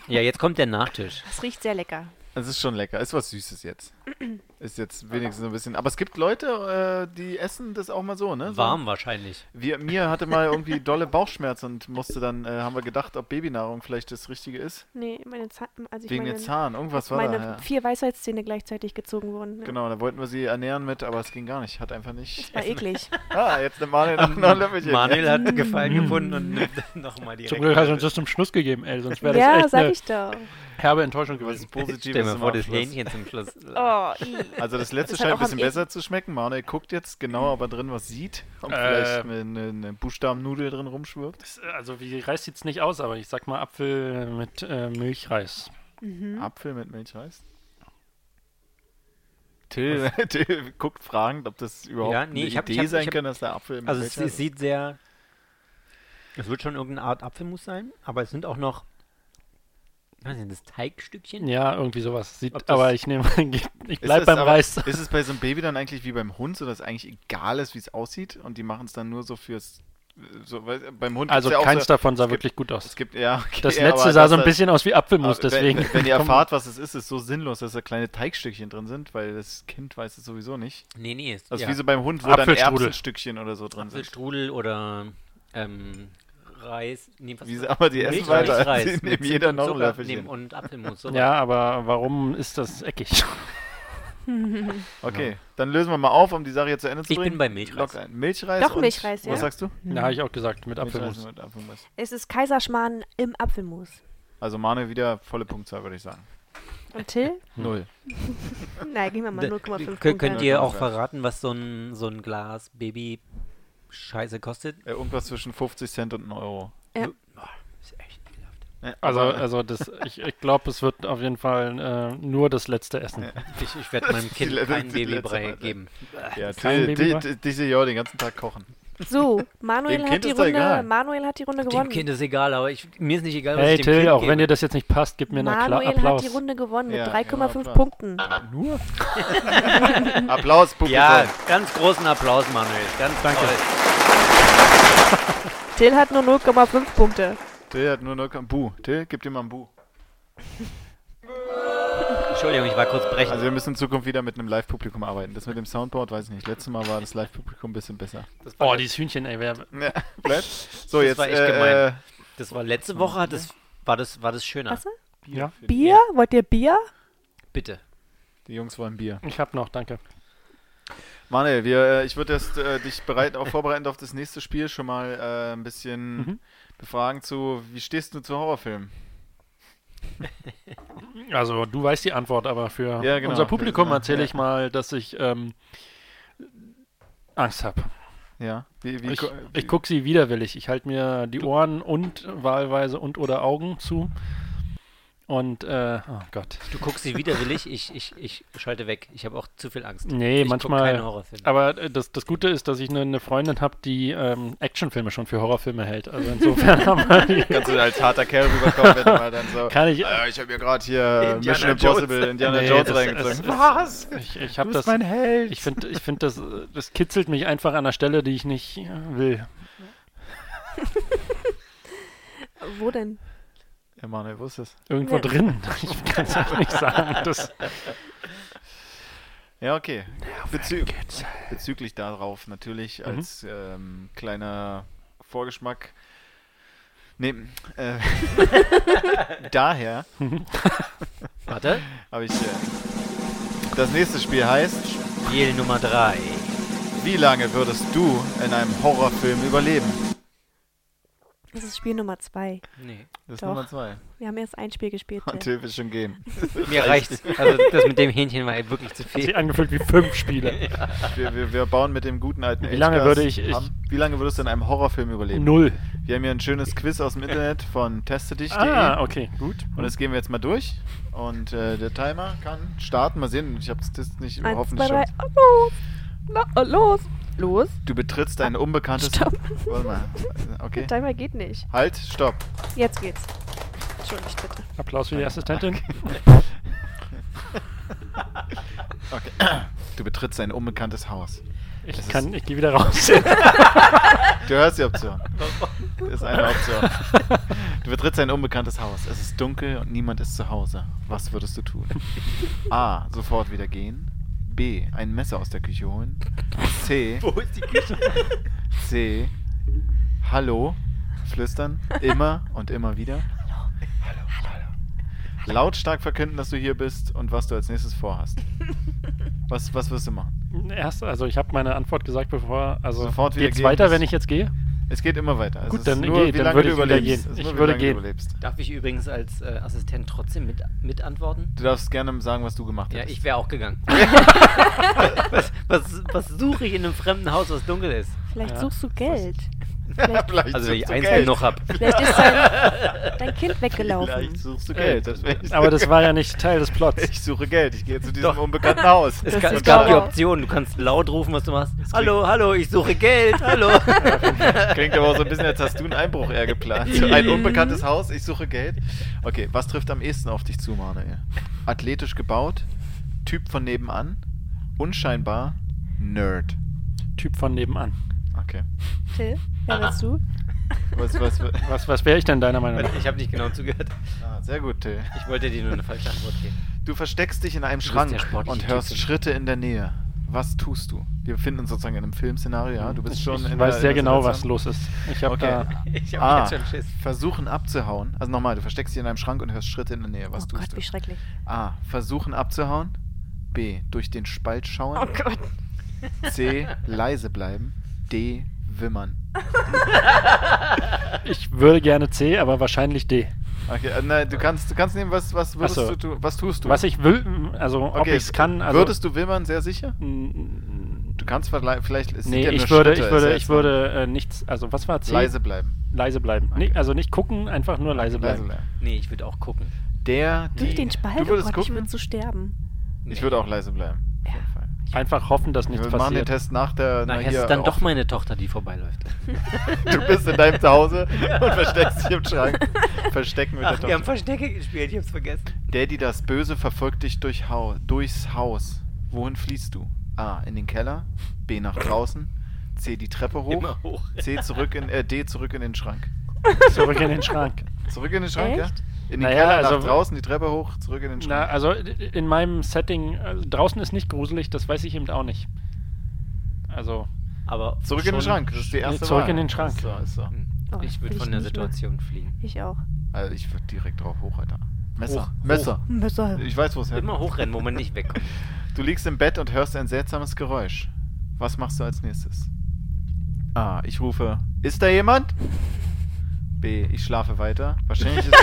ja, jetzt kommt der Nachtisch.
Es riecht sehr lecker.
Es ist schon lecker. Ist was Süßes jetzt. Ist jetzt wenigstens ein bisschen. Aber es gibt Leute, äh, die essen das auch mal so, ne? So.
Warm wahrscheinlich.
Wir, mir hatte mal irgendwie dolle Bauchschmerz und musste dann, äh, haben wir gedacht, ob Babynahrung vielleicht das Richtige ist.
Nee, meine Zahn, also ich
Wegen
meine,
den Zahn. Irgendwas war
meine
da. Ja.
vier Weisheitszähne gleichzeitig gezogen wurden. ne?
Genau, da wollten wir sie ernähren mit, aber es ging gar nicht. Hat einfach nicht.
Das war eklig.
Ah, jetzt nimmt Manuel noch noch ein Löffelchen.
Manuel hat einen Gefallen gefunden und nimmt nochmal
Zum
direkt.
Glück hast du uns das zum Schluss gegeben, ey. Sonst wäre das
ja,
echt
sag
ne?
eine
ich doch.
herbe Enttäuschung gewesen.
Positives
Stell mir
zum
vor, das
Abschluss.
Hähnchen zum Schluss.
Oh, i.
Also das letzte
Das hat
scheint
auch
ein bisschen
am Ende-
besser zu schmecken. Manuel guckt jetzt genau, ob er drin was sieht. Ob
Äh.
vielleicht eine, eine Buchstabennudel drin rumschwirrt.
Das, äh, Also wie Reis sieht es nicht aus, aber ich sag mal Apfel mit äh, Milchreis.
Mhm.
Apfel mit Milchreis. Till, Till guckt fragend, ob das überhaupt
Ja, nee,
eine
ich hab- ich
Idee
hab- ich
sein
hab-
kann, dass der Apfel mit
Also es,
Milchreis
es sieht sehr. Es wird schon irgendeine Art Apfelmus sein, aber es sind auch noch. Was sind das? Teigstückchen?
Ja, irgendwie sowas. Sieht,
Ob das-
aber ich nehme, ich
Ist
bleib
es
beim
aber-
Reis.
Ist es bei so einem Baby dann eigentlich wie beim Hund, so dass eigentlich egal ist, wie es aussieht und die machen es dann nur so fürs. So, weil, beim Hund
Also
gibt's ja auch
keins
so,
davon sah
es gibt-
wirklich gut aus.
Es gibt, ja, okay,
Das
aber
letzte sah
das
so ein
hat-
bisschen aus wie Apfelmus,
aber
deswegen.
Wenn, wenn ihr
Komm,
erfahrt, was es ist, ist es so sinnlos, dass da kleine Teigstückchen drin sind, weil das Kind weiß es sowieso nicht.
Nee, nee. Ist,
Also
ja.
wie so beim Hund, wo dann
Apfelstrudel.
Erbsenstückchen oder so drin sind.
Apfelstrudel oder ähm, Reis. Nee, was
Wie sie, aber die essen
Milch-
weiter.
Milchreis
Sie
mit
nehmen jeder
Zimt und
noch ein
Zucker
Löffelchen.
nehmen Und Apfelmus. sowas.
Ja, aber warum ist das eckig?
Okay, dann lösen wir mal auf, um die Sache hier zu Ende zu
Ich
bringen.
bin bei Milchreis.
Lock ein. Milchreis
Doch,
und,
Milchreis, ja.
Was sagst du?
Na, habe ich auch gesagt, mit
Milchreis
Apfelmus.
mit Apfelmus.
Es ist Kaiserschmarrn im Apfelmus.
Also Manuel wieder volle Punktzahl, würde ich sagen.
Und Till?
Hm.
Null.
Nein, gehen wir mal
Ne,
Da-
0,5
kö-
Punkte.
Könnt ihr auch
Ja.
verraten, was so ein, so ein Glas Baby-Scheiße kostet?
Äh, irgendwas zwischen 50 Cent und 1 Euro.
Ist echt ekelhaft.
Ne,
Also,
aber-
also das, ich, ich glaube, es wird auf jeden Fall äh, nur das letzte Essen.
Ich, ich werde meinem Kind
letzte-
kein
die
Babybrei
letzte-
geben.
ja,
äh, kein
Till, Till,
Babybrei?
Till, Till sehe ich auch den ganzen Tag kochen.
So, Manuel
Dem
hat,
Kind
die
ist doch
Runde,
egal.
Manuel hat die Runde
Dem
gewonnen.
Kind ist egal, aber ich, mir ist nicht egal, was
Hey
ich dem
Till,
Kind
auch
gebe.
wenn dir das jetzt nicht passt, gib mir einen Akla-
Manuel hat die
Applaus.
Runde gewonnen mit
Ja,
3,5
ja,
Punkten.
Nur?
Applaus, Publikum.
Ja, ganz großen Applaus, Manuel. Ganz
Danke.
toll.
Till hat nur 0,5 Punkte.
Till hat nur noch kein Bu. Till, gib dir mal ein Bu.
Entschuldigung, ich war kurz brechend.
Also wir müssen in Zukunft wieder mit einem Live-Publikum arbeiten. Das mit dem Soundboard, weiß ich nicht. Letztes Mal war das Live-Publikum ein bisschen besser.
Oh, dieses Hühnchen, ey. Wer,
Ja, bleibt. So,
Das
jetzt
war echt
äh,
gemein.
äh,
das war letzte Woche, hat das, war, das, war das schöner.
Was?
ja,
Bier? Wollt ihr Bier?
Bitte.
die Jungs wollen Bier.
ich hab noch, danke.
Manuel, wir, äh, ich würde jetzt äh, dich bereit, auch vorbereiten auf das nächste Spiel schon mal äh, ein bisschen
Mhm.
befragen zu, wie stehst du zu Horrorfilmen?
Also du weißt die Antwort, aber für
Ja, genau.
unser Publikum
Ja,
erzähle
ja.
ich mal, dass ich ähm, Angst habe.
Ja. Wie, wie,
Ich,
ko-
ich gucke sie widerwillig. Ich halte mir die Ohren und wahlweise und oder Augen zu. Und, äh, oh Gott.
Du guckst sie widerwillig, ich, ich, ich schalte weg. Ich habe auch zu viel Angst. ich
Nee,
guck
manchmal.
keine Horrorfilme.
Aber äh, das, das Gute ist, dass ich eine, eine Freundin habe, die ähm, Actionfilme schon für Horrorfilme hält. Also insofern haben wir die,
Kannst du als harter Kerl rüberkommen, wenn du mal dann so.
kann ich.
Äh, ich habe mir gerade hier
Indiana
Mission Impossible, Indiana
Nee,
Jones
das-
reingezogen.
das-
Was?
Ich, ich habe
du bist
das.
mein Held.
Ich finde, ich find das, äh, das kitzelt mich einfach an der Stelle, die ich nicht äh, will.
Wo denn?
ja, Manuel, wo ist das?
Irgendwo
Nee.
drin. Ich kann es auch nicht sagen. Das,
Ja, okay. Bezü bezüglich darauf natürlich
Mhm.
als ähm, kleiner Vorgeschmack. Nee, äh, daher
Warte.
habe ich. Äh, das nächste Spiel heißt
Spiel Nummer 3.
Wie lange würdest du in einem Horrorfilm überleben?
Das ist Spiel Nummer 2.
Nee.
Das ist
Doch.
Nummer zwei.
Wir haben erst ein Spiel gespielt.
Und
Till.
Till will schon gehen.
Mir reicht's. Also das mit dem Hähnchen war wirklich zu
hat
viel.
sich angefühlt wie fünf Spiele.
Wir, wir, wir bauen mit dem guten alten
Wie lange
Edgecast
würde ich- ich-
ab. Wie lange würdest du in einem Horrorfilm überleben?
Null.
Wir haben hier ein schönes Quiz aus dem Internet von testedich.de
Ah, okay, gut.
und das gehen wir jetzt mal durch. Und äh, der Timer kann starten. Mal sehen, ich habe das nicht
Eins, zwei,
hoffentlich
drei.
schon.
Oh, los! Na, äh, los! Los,
Du betrittst ein unbekanntes.
Stopp.
Warte mal. Okay.
der Timer geht nicht.
Halt, stopp.
Jetzt geht's. Entschuldigt bitte.
Applaus für die Assistentin.
Du betrittst ein unbekanntes Haus.
Ich,
ist-
kann, ich gehe wieder raus.
Du hörst die Option. Das ist eine Option. Du betrittst ein unbekanntes Haus. Es ist dunkel und niemand ist zu Hause. Was würdest du tun? A. Sofort wieder gehen. B. Ein Messer aus der Küche holen. C.
Wo ist die Küche?
C. Hallo. Flüstern. Immer und immer wieder. Hallo. Hallo. Lautstark verkünden, dass du hier bist und was du als nächstes vorhast. Was, was wirst du machen?
Erst, also ich habe meine Antwort gesagt, bevor. Also
Sofort wieder
geht's
gehen
weiter,
müssen.
wenn ich jetzt gehe?
Es geht immer weiter. Es
Gut,
ist
dann
nur,
geh,
wie
dann
lange
würde
du
ich wieder
überlebst. Es
gehen.
ist
Ich
nur, wie
würde
lange du
gehen.
überlebst.
Darf ich übrigens als äh, Assistent trotzdem mit, mit antworten?
Du darfst gerne sagen, was du gemacht hast.
Ja, ich wäre auch gegangen. was was, was suche ich in einem fremden Haus, was dunkel ist?
Vielleicht
Ja.
suchst du Geld. Vielleicht,
Also wenn ich eins
Geld.
noch habe.
vielleicht ist dein, dein Kind
Vielleicht
weggelaufen.
suchst du
Äh,
Geld. Das wär-
Aber das war ja nicht Teil des Plots.
ich suche Geld. Ich gehe zu diesem
Doch.
unbekannten Haus.
Es,
Das
ga,
ist
es gab die
klar.
Option, du kannst laut rufen, was du machst. Hallo, hallo, ich suche Geld, hallo.
Klingt aber auch so ein bisschen, als hast du einen Einbruch eher geplant. So ein unbekanntes Haus, ich suche Geld. Okay, was trifft am ehesten auf dich zu, Manuel? Athletisch gebaut, Typ von nebenan, unscheinbar, Nerd.
Typ von nebenan.
Okay.
Till, wer bist du?
Was, was, was?
Was, was wäre ich denn deiner Meinung nach?
Ich habe nicht genau zugehört.
Ah, sehr gut, Till.
Ich wollte dir nur eine falsche Antwort geben.
Du versteckst dich in einem
bist
Schrank
der sportliche
und
Typ,
hörst
Tim.
Schritte in der Nähe. Was tust du? Wir befinden uns sozusagen in einem Filmszenario, ja? Du bist
ich,
schon
ich
in
weiß
der-
sehr
in der
genau, was
Situation.
los ist. Ich habe
Okay.
da
Ich habe
Ah.
jetzt schon Schiss.
Versuchen abzuhauen. Also nochmal, du versteckst dich in einem Schrank und hörst Schritte in der Nähe. Was
oh
tust
Gott, wie
du?
schrecklich.
A. Versuchen abzuhauen. B. Durch den Spalt schauen.
Oh Gott.
C. Leise bleiben. D. Wimmern.
Ich würde gerne C, aber wahrscheinlich D.
Okay, äh, nein, du kannst, du kannst nehmen, was, was würdest
Ach so.
du tun? Was tust du?
Was ich will, also ob
Okay,
ich es kann, also
würdest du wimmern, sehr sicher?
Mm,
Du kannst vergle- vielleicht. es sind
Nee,
ja nur
ich würde,
Schritte,
ich
ist
würde,
ja
ich
jetzt
würde äh, nichts, also was war
noch-
C?
Leise bleiben.
Leise bleiben.
Okay.
Nee, also nicht gucken, einfach nur leise
Leise
bleiben.
bleiben.
Nee, ich würde auch gucken.
Der.
Durch
die-
den Spalt,
Du
oh
würdest
Gott, ich
gucken.
würde zu sterben.
Nee.
Ich würde auch leise bleiben. Auf jeden Fall.
Einfach hoffen, dass nichts
Wir machen den
passiert.
Test nach der.
Nachher
hier
ist es dann
auf-
doch meine Tochter, die vorbeiläuft.
Du bist in deinem Zuhause und versteckst dich im Schrank. Verstecken mit
Ach, wir
der
haben
Tochter.
Verstecke gespielt, ich hab's vergessen.
Daddy, das Böse verfolgt dich durch Hau durchs Haus. Wohin fliehst du? A. In den Keller. B. Nach draußen. C. Die Treppe hoch.
Immer hoch.
C. Zurück in, äh, D. Zurück in den Schrank.
Zurück in den Schrank.
Zurück in den Schrank,
Echt?
ja? In den
Naja,
Keller, nach
also-
draußen, die Treppe hoch, zurück in den
Na,
Schrank.
also in meinem Setting, äh, draußen ist nicht gruselig, das weiß ich eben auch nicht. Also,
Aber
zurück in den
schon-
Schrank, das ist die erste
zurück
Wahl.
in den Schrank.
Ist so, ist so.
Hm.
Oh,
Ich
will
würde von der
nicht mehr.
Situation fliehen.
Ich auch.
Also ich würde direkt drauf hoch, Alter. Messer,
Hoch, hoch.
Messer.
Messer.
Ich weiß, wo es hin
Immer hochrennen, wo man nicht wegkommt.
Du liegst im Bett und hörst ein seltsames Geräusch. Was machst du als nächstes? A. Ich rufe, ist da jemand? B. Ich schlafe weiter. Wahrscheinlich ist,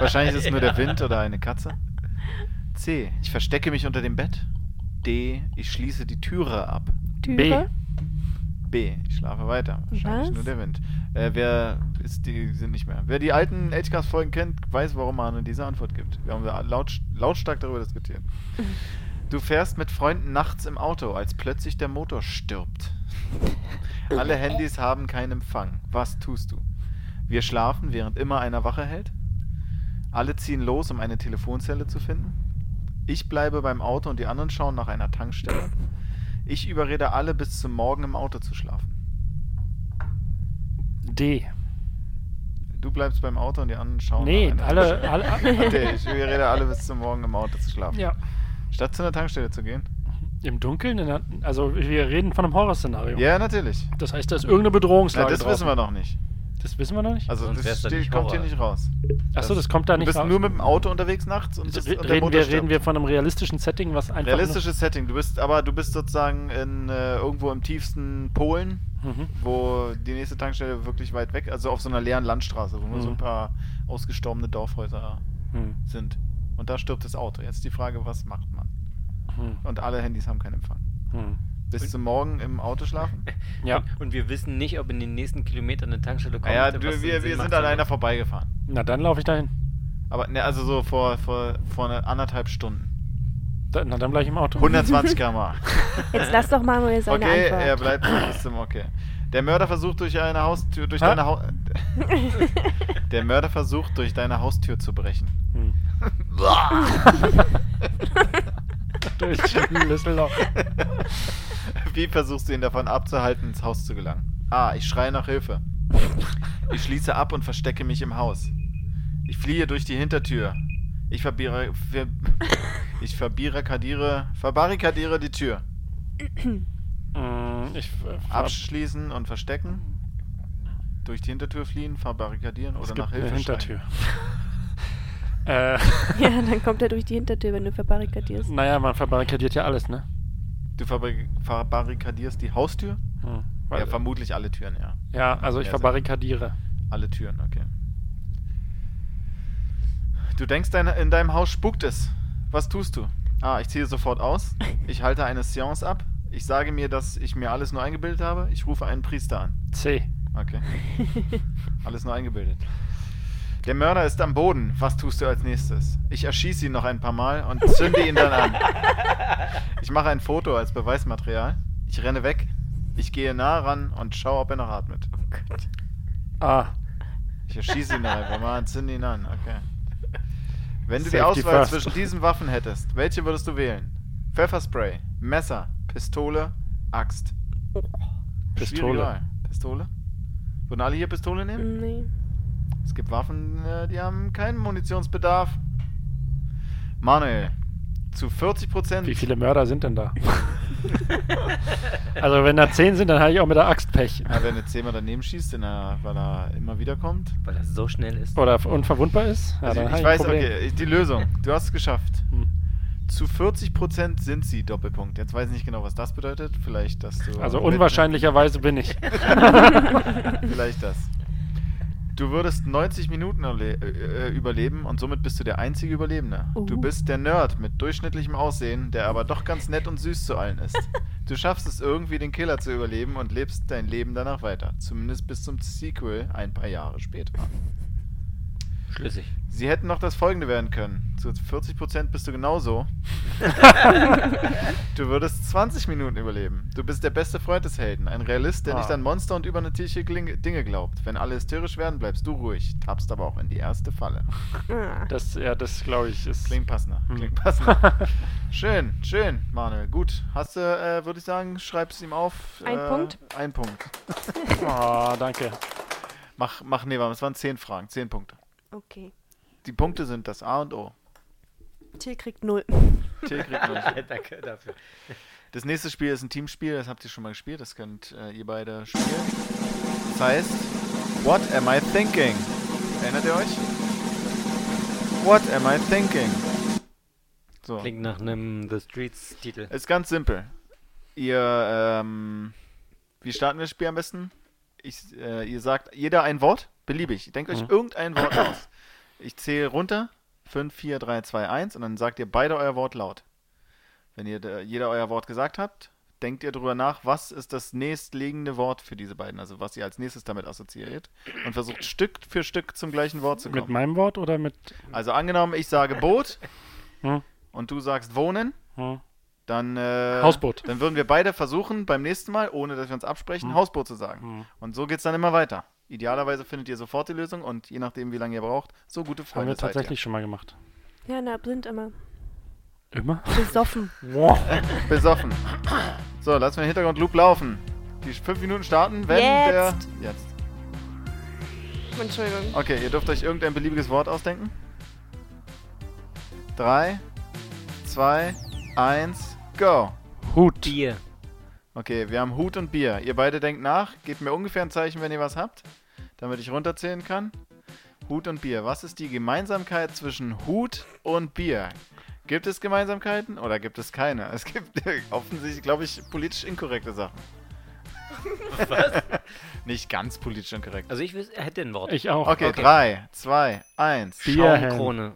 wahrscheinlich ist es nur der Wind oder eine Katze. C. Ich verstecke mich unter dem Bett. D. Ich schließe die Türe ab.
B.
Türe.
B. Ich schlafe weiter. Wahrscheinlich
Was?
nur der Wind. Äh, wer ist die sind nicht mehr. Wer die alten Edgecast-Folgen kennt, weiß, warum man diese Antwort gibt. Wir haben da laut, lautstark darüber diskutiert. Du fährst mit Freunden nachts im Auto, als plötzlich der Motor stirbt. Alle Handys haben keinen Empfang. Was tust du? Wir schlafen, während immer einer Wache hält. Alle ziehen los, um eine Telefonzelle zu finden. Ich bleibe beim Auto und die anderen schauen nach einer Tankstelle. Ich überrede alle, bis zum Morgen im Auto zu schlafen.
D.
Du bleibst beim Auto und die anderen schauen.
Nee,
nach einer
alle, alle,
Tankstelle. Ich überrede alle bis zum Morgen im Auto zu schlafen.
ja.
Statt zu einer Tankstelle zu gehen.
Im Dunkeln, in der, also wir reden von einem Horrorszenario.
Ja, natürlich.
Das heißt, da ist irgendeine
Na,
Bedrohungslage
das wissen wir noch nicht.
noch. Das wissen wir noch nicht?
Also
Sonst
das
wär's dann
steht,
nicht
kommt hier
Horror.
nicht raus.
Achso, das kommt da
Du
nicht
bist
raus.
nur mit dem Auto unterwegs nachts und, das,
Re-
und der
reden,
Motor
wir,
stirbt.
reden wir von einem realistischen Setting, was einfach
Realistisches Setting. Du bist aber du bist sozusagen in äh, irgendwo im tiefsten Polen,
Nur, mhm.
wo die nächste Tankstelle wirklich weit weg, also auf so einer leeren Landstraße, wo nur so ein
Mhm.
paar ausgestorbene Dorfhäuser
Hm.
sind. Und da stirbt das Auto. Jetzt die Frage, was macht man?
Hm.
Und alle Handys haben keinen Empfang.
Hm.
Bis zum Morgen im Auto schlafen?
Ja,
Und wir wissen nicht, ob in den nächsten Kilometern eine Tankstelle kommt.
Naja, du,
was den
wir, wir
Sinn macht,
sind an
sondern-
einer vorbeigefahren.
na dann laufe ich dahin.
Aber ne, also so vor, vor, vor einer anderthalb ne, Stunden.
Da, na, dann bleib ich im Auto. Hm,
120 km/h.
Jetzt lass doch Manuel seine
Okay, er
Antwort.
bleibt bis zum Okay. Der Mörder versucht durch eine Haustür durch
Hä?
deine Haus Der Mörder versucht durch deine Haustür zu brechen.
Hm. Durch den Schlüsselloch.
Wie versuchst du ihn davon abzuhalten, ins Haus zu gelangen? A. Ich schreie nach Hilfe. Ich schließe ab und verstecke mich im Haus. Ich fliehe durch die Hintertür. Ich verbiere, ver, ich verbarrikadiere, verbarrikadiere die Tür.
Mm, Ich, äh, ver-
Abschließen und verstecken. Durch die Hintertür fliehen, verbarrikadieren
es
oder
gibt
nach Hilfe
eine Hintertür.
schreien.
äh,
Ja, dann kommt er durch die Hintertür, wenn du verbarrikadierst.
naja, man verbarrikadiert ja alles, ne?
Du verbri- verbarrikadierst die Haustür?
Hm.
Ja,
Weil,
vermutlich alle Türen, ja.
ja, also ich
Ja, sehr.
verbarrikadiere.
Alle Türen, okay. Du denkst, dein, in deinem Haus spukt es. Was tust du? Ah, ich ziehe sofort aus. Ich halte eine Seance ab. Ich sage mir, dass ich mir alles nur eingebildet habe. Ich rufe einen Priester an.
C.
Okay. Alles nur eingebildet. Der Mörder ist am Boden. Was tust du als nächstes? Ich erschieße ihn noch ein paar Mal und zünde ihn dann an. Ich mache ein Foto als Beweismaterial. Ich renne weg. Ich gehe nah ran und schaue, ob er noch atmet.
A.
Ich erschieße ihn doch einfach mal und zünd ihn an, okay. Wenn du die
Safety
Auswahl
first.
zwischen diesen Waffen hättest, welche würdest du wählen? Pfefferspray, Messer, Pistole, Axt. Schwierige
Pistole.
Wahl. Pistole? Würden alle hier Pistole nehmen?
Ähm, Nee.
Es gibt Waffen, äh, die haben keinen Munitionsbedarf. Manuel, zu 40 Prozent.
Wie viele Mörder sind denn da? also wenn da 10 sind, dann habe ich auch mit der Axt Pech.
Ja, wenn jetzt jemand daneben schießt, in der, weil er immer wieder kommt.
Weil das so schnell ist.
Oder f- unverwundbar ist? Ja,
Also
dann
ich, ich
habe ein
weiß,
Problem.
okay, die Lösung. Du hast es geschafft.
Hm.
Zu 40% sind sie Doppelpunkt. Jetzt weiß ich nicht genau, was das bedeutet. Vielleicht, dass du.
Also unwahrscheinlicherweise bin ich.
Vielleicht das. Du würdest 90 Minuten erle- äh, überleben und somit bist du der einzige Überlebende. Du
Oh.
bist der Nerd mit durchschnittlichem Aussehen, der aber doch ganz nett und süß zu allen ist. Du schaffst es irgendwie, den Killer zu überleben und lebst dein Leben danach weiter. Zumindest bis zum Sequel ein paar Jahre später.
Schlüssig.
Sie hätten noch das folgende werden können. Zu 40% bist du genauso. du würdest 20 Minuten überleben. Du bist der beste Freund des Helden. Ein Realist, der
Ah.
nicht an Monster und übernatürliche Gling- Dinge glaubt. Wenn alle hysterisch werden, bleibst du ruhig. Tappst aber auch in die erste Falle.
Ah.
Das, ja, das glaube ich ist.
Klingt passender.
Hm.
Klingt passender. schön, schön, Manuel. Gut. Hast du, äh, würde ich sagen, schreib's ihm auf.
Ein
äh,
Punkt.
Ein Punkt.
Oh, danke.
Mach, mach, nee, warte, es waren 10 Fragen, 10 Punkte.
Okay.
Die Punkte sind das A und O.
Till kriegt null.
Till kriegt durch.
danke dafür.
Das nächste Spiel ist ein Teamspiel, das habt ihr schon mal gespielt, das könnt äh, ihr beide spielen. Das heißt, What am I thinking? Erinnert ihr euch? What am I thinking? So,
Klingt nach einem The Streets-Titel.
ist ganz simpel. Ihr, ähm, wie starten wir das Spiel am besten? Ich, äh, ihr sagt jeder ein Wort, beliebig. Denkt euch
Mhm.
irgendein Wort aus. Ich zähle runter, 5, 4, 3, 2, 1 und dann sagt ihr beide euer Wort laut. Wenn ihr da- jeder euer Wort gesagt habt, denkt ihr drüber nach, was ist das nächstliegende Wort für diese beiden, also was ihr als nächstes damit assoziiert und versucht Stück für Stück zum gleichen Wort zu
Mit
kommen.
meinem Wort oder mit.
Also angenommen, ich sage Boot
Hm,
und du sagst Wohnen,
hm.
dann, äh,
Hausboot. Hm.
dann würden wir beide versuchen, beim nächsten Mal, ohne dass wir uns absprechen, Hausboot zu sagen. Und so geht's dann immer weiter. Idealerweise findet ihr sofort die Lösung und je nachdem, wie lange ihr braucht, so gute
Haben
Freunde
wir
seid
tatsächlich schon mal gemacht.
Ja, na, blind immer.
Immer?
Besoffen.
ihr. Besoffen. So, lassen wir den Hintergrund-Loop laufen. Die fünf Minuten starten, wenn
Jetzt.
der... Jetzt.
Entschuldigung.
Okay, ihr dürft euch irgendein beliebiges Wort ausdenken. Drei, zwei, eins, go.
Hut.
Bier.
Okay, wir haben Hut und Bier. Ihr beide denkt nach. Gebt mir ungefähr ein Zeichen, wenn ihr was habt, damit ich runterzählen kann. Hut und Bier. Was ist die Gemeinsamkeit zwischen Hut und Bier? Gibt es Gemeinsamkeiten oder gibt es keine? Es gibt offensichtlich, glaube ich, politisch inkorrekte Sachen. Was? Nicht ganz politisch inkorrekt.
Also ich wüs- hätte ein Wort.
Ich auch.
Okay,
Okay.
drei, zwei, eins.
Bierhelm.
Schaumkrone.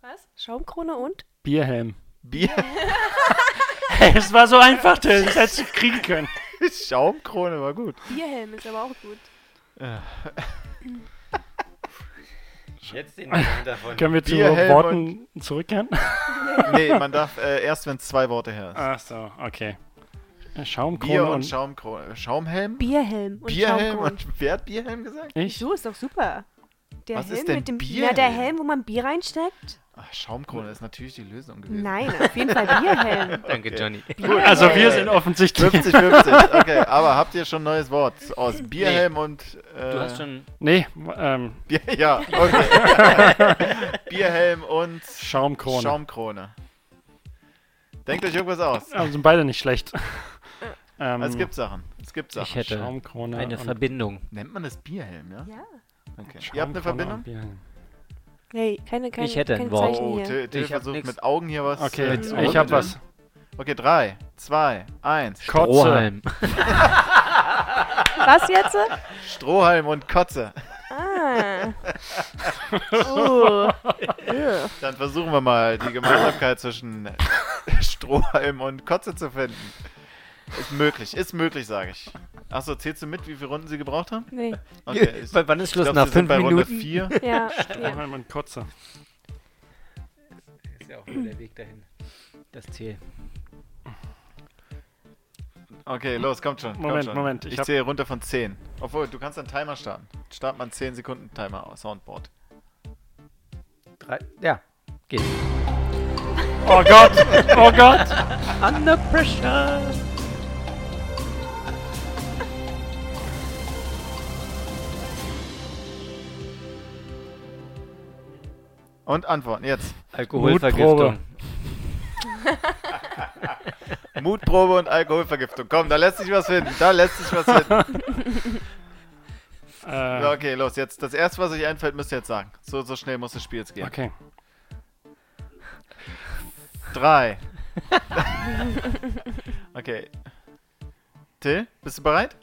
Was? Schaumkrone und?
Bierhelm.
Bier,
Es war so einfach, Till. Das hättest du kriegen können.
Schaumkrone war gut.
Bierhelm ist aber auch gut.
Ich hätte den Namen davon.
Können wir zu
Bierhelm
Worten zurückkehren?
nee, man darf äh, erst, wenn es zwei Worte her ist.
Ach so, okay. Schaumkrone
Bier Ah, und
und,
Schaumkrone. Schaumhelm?
Bierhelm und
Bierhelm?
Schaumkorn.
Und wer hat Bierhelm gesagt?
ich?
Du ist doch super. Der
Was ist
Helm
denn
mit dem
Bierhelm?
Na, der Helm, wo man Bier reinsteckt?
Ach, Schaumkrone ist natürlich die Lösung gewesen.
Nein, auf jeden Fall Bierhelm.
Danke, Johnny.
Gut, also
Äh,
wir sind offensichtlich.
50-50, okay, aber habt ihr schon ein neues Wort aus Bierhelm und. Äh,
Du hast schon
Nee, ähm,
Bier, ja, okay. Bierhelm und
Schaumkrone.
Schaumkrone. Denkt euch irgendwas aus.
Also sind beide nicht schlecht.
Äh,
ähm,
Es gibt Sachen. Es gibt
ich
Sachen.
hätte
Schaumkrone
eine
und-
Verbindung.
Nennt man das Bierhelm, ja?
Ja.
Okay.
Schaumkrone
Ihr habt eine
und
Verbindung?
Bierhelm.
Hey, keine, keine,
Ich hätte ein
keine
Wort.
Zeichen
Oh,
hier.
Till Till
Ich hab
versucht
nix.
mit Augen hier was.
Okay,
äh,
jetzt,
zu
ich hab
ermitteln.
was.
Okay, 3, 2, 1.
Kotze.
Strohhalm.
Was jetzt?
Strohhalm und Kotze.
Ah. Uh. Ugh.
Dann versuchen wir mal die Gemeinsamkeit zwischen Strohhalm und Kotze zu finden. Ist möglich, ist möglich, sage ich. Achso, zählst du mit, wie viele Runden sie gebraucht haben?
Nee.
Okay, ich
W- Wann ist Schluss?
glaub,
Nach
sie sind
fünf
bei Runde
Minuten?
4.
Ja. ja.
Strohhalm und Kotze.
Ist ja auch nur der Weg dahin. Das Ziel.
Okay, los, kommt schon. kommt
Moment,
schon.
Moment, ich
Ich,
hab-
zähle runter von 10. Obwohl, du kannst einen Timer starten. Start mal einen 10 Sekunden Timer aus Soundboard.
Drei. Ja. Geht.
Oh Gott, oh Gott.
Under pressure.
Und antworten jetzt.
Alkoholvergiftung.
Mutprobe und Alkoholvergiftung. Komm, da lässt sich was finden. Da lässt sich was finden. Ja,
Äh,
Okay, los, jetzt. Das erste, was euch einfällt, müsst ihr jetzt sagen. So, so schnell muss das Spiel jetzt gehen.
okay.
Drei. okay. Till, bist du bereit?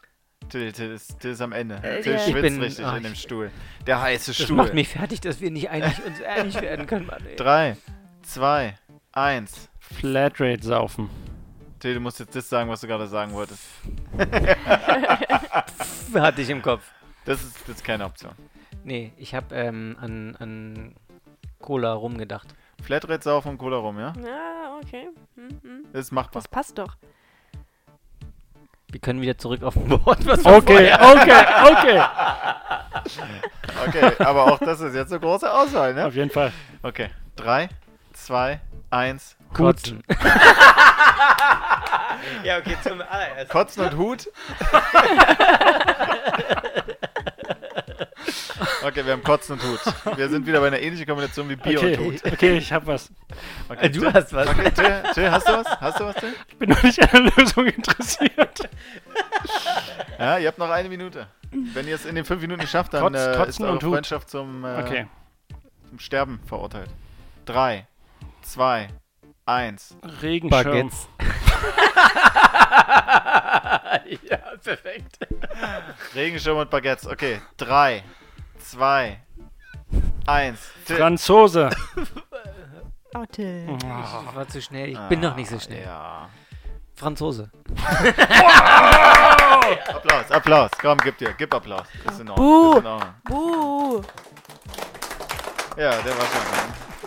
Till, Till, ist, Till ist am Ende. Till
ja.
schwitzt
Ich bin-
richtig
ach,
in dem
ich-
Stuhl. Der heiße
Das
Stuhl.
macht mich fertig, dass wir nicht einig, uns einig werden können. Mann, ey.
Drei, zwei, eins.
Flatrate saufen.
Till, du musst jetzt das sagen, was du gerade sagen wolltest.
Hatte ich im Kopf.
Das ist, das ist keine Option.
Nee, ich habe ähm, an, an Cola rumgedacht.
Flatrate saufen und Cola rum, ja?
Ah, okay. Hm, hm.
Das ist machbar.
Das passt doch.
Wir können wieder zurück auf dem Board. Was wir
Okay, okay, okay.
Okay, aber auch das ist jetzt eine große Auswahl, ne?
Auf jeden Fall.
Okay. Drei, zwei, eins.
kotzen. ja, okay, zum allerersten.
Kotzen und Hut. Okay, wir haben Kotzen und Hut. Wir sind wieder bei einer ähnlichen Kombination wie Bier und
Okay,
Hut.
okay, ich hab was.
Okay,
Äh, Du
Till-
hast was.
Okay, Till, Till, hast du was? Hast du was, Till?
Ich bin noch nicht an der Lösung interessiert.
Ja, ihr habt noch eine Minute. Wenn ihr es in den fünf Minuten nicht schafft, dann
Kotz-
äh, ist
Kotzen
eure
und Hut.
Freundschaft zum, äh,
Okay.
zum Sterben verurteilt. Drei, zwei, eins.
Regenschirm.
Baguettes. ja, perfekt.
Regenschirm und Baguettes. Okay, drei, zwei, eins. Till.
Franzose.
Oh, Till.
Ich war zu schnell. Ich bin noch nicht so schnell.
Ja.
Franzose.
Applaus, Applaus. Komm, gib dir. Gib Applaus. Ist in Ordnung.
Buh.
Ist in Ordnung.
Buh.
Ja, der war schon.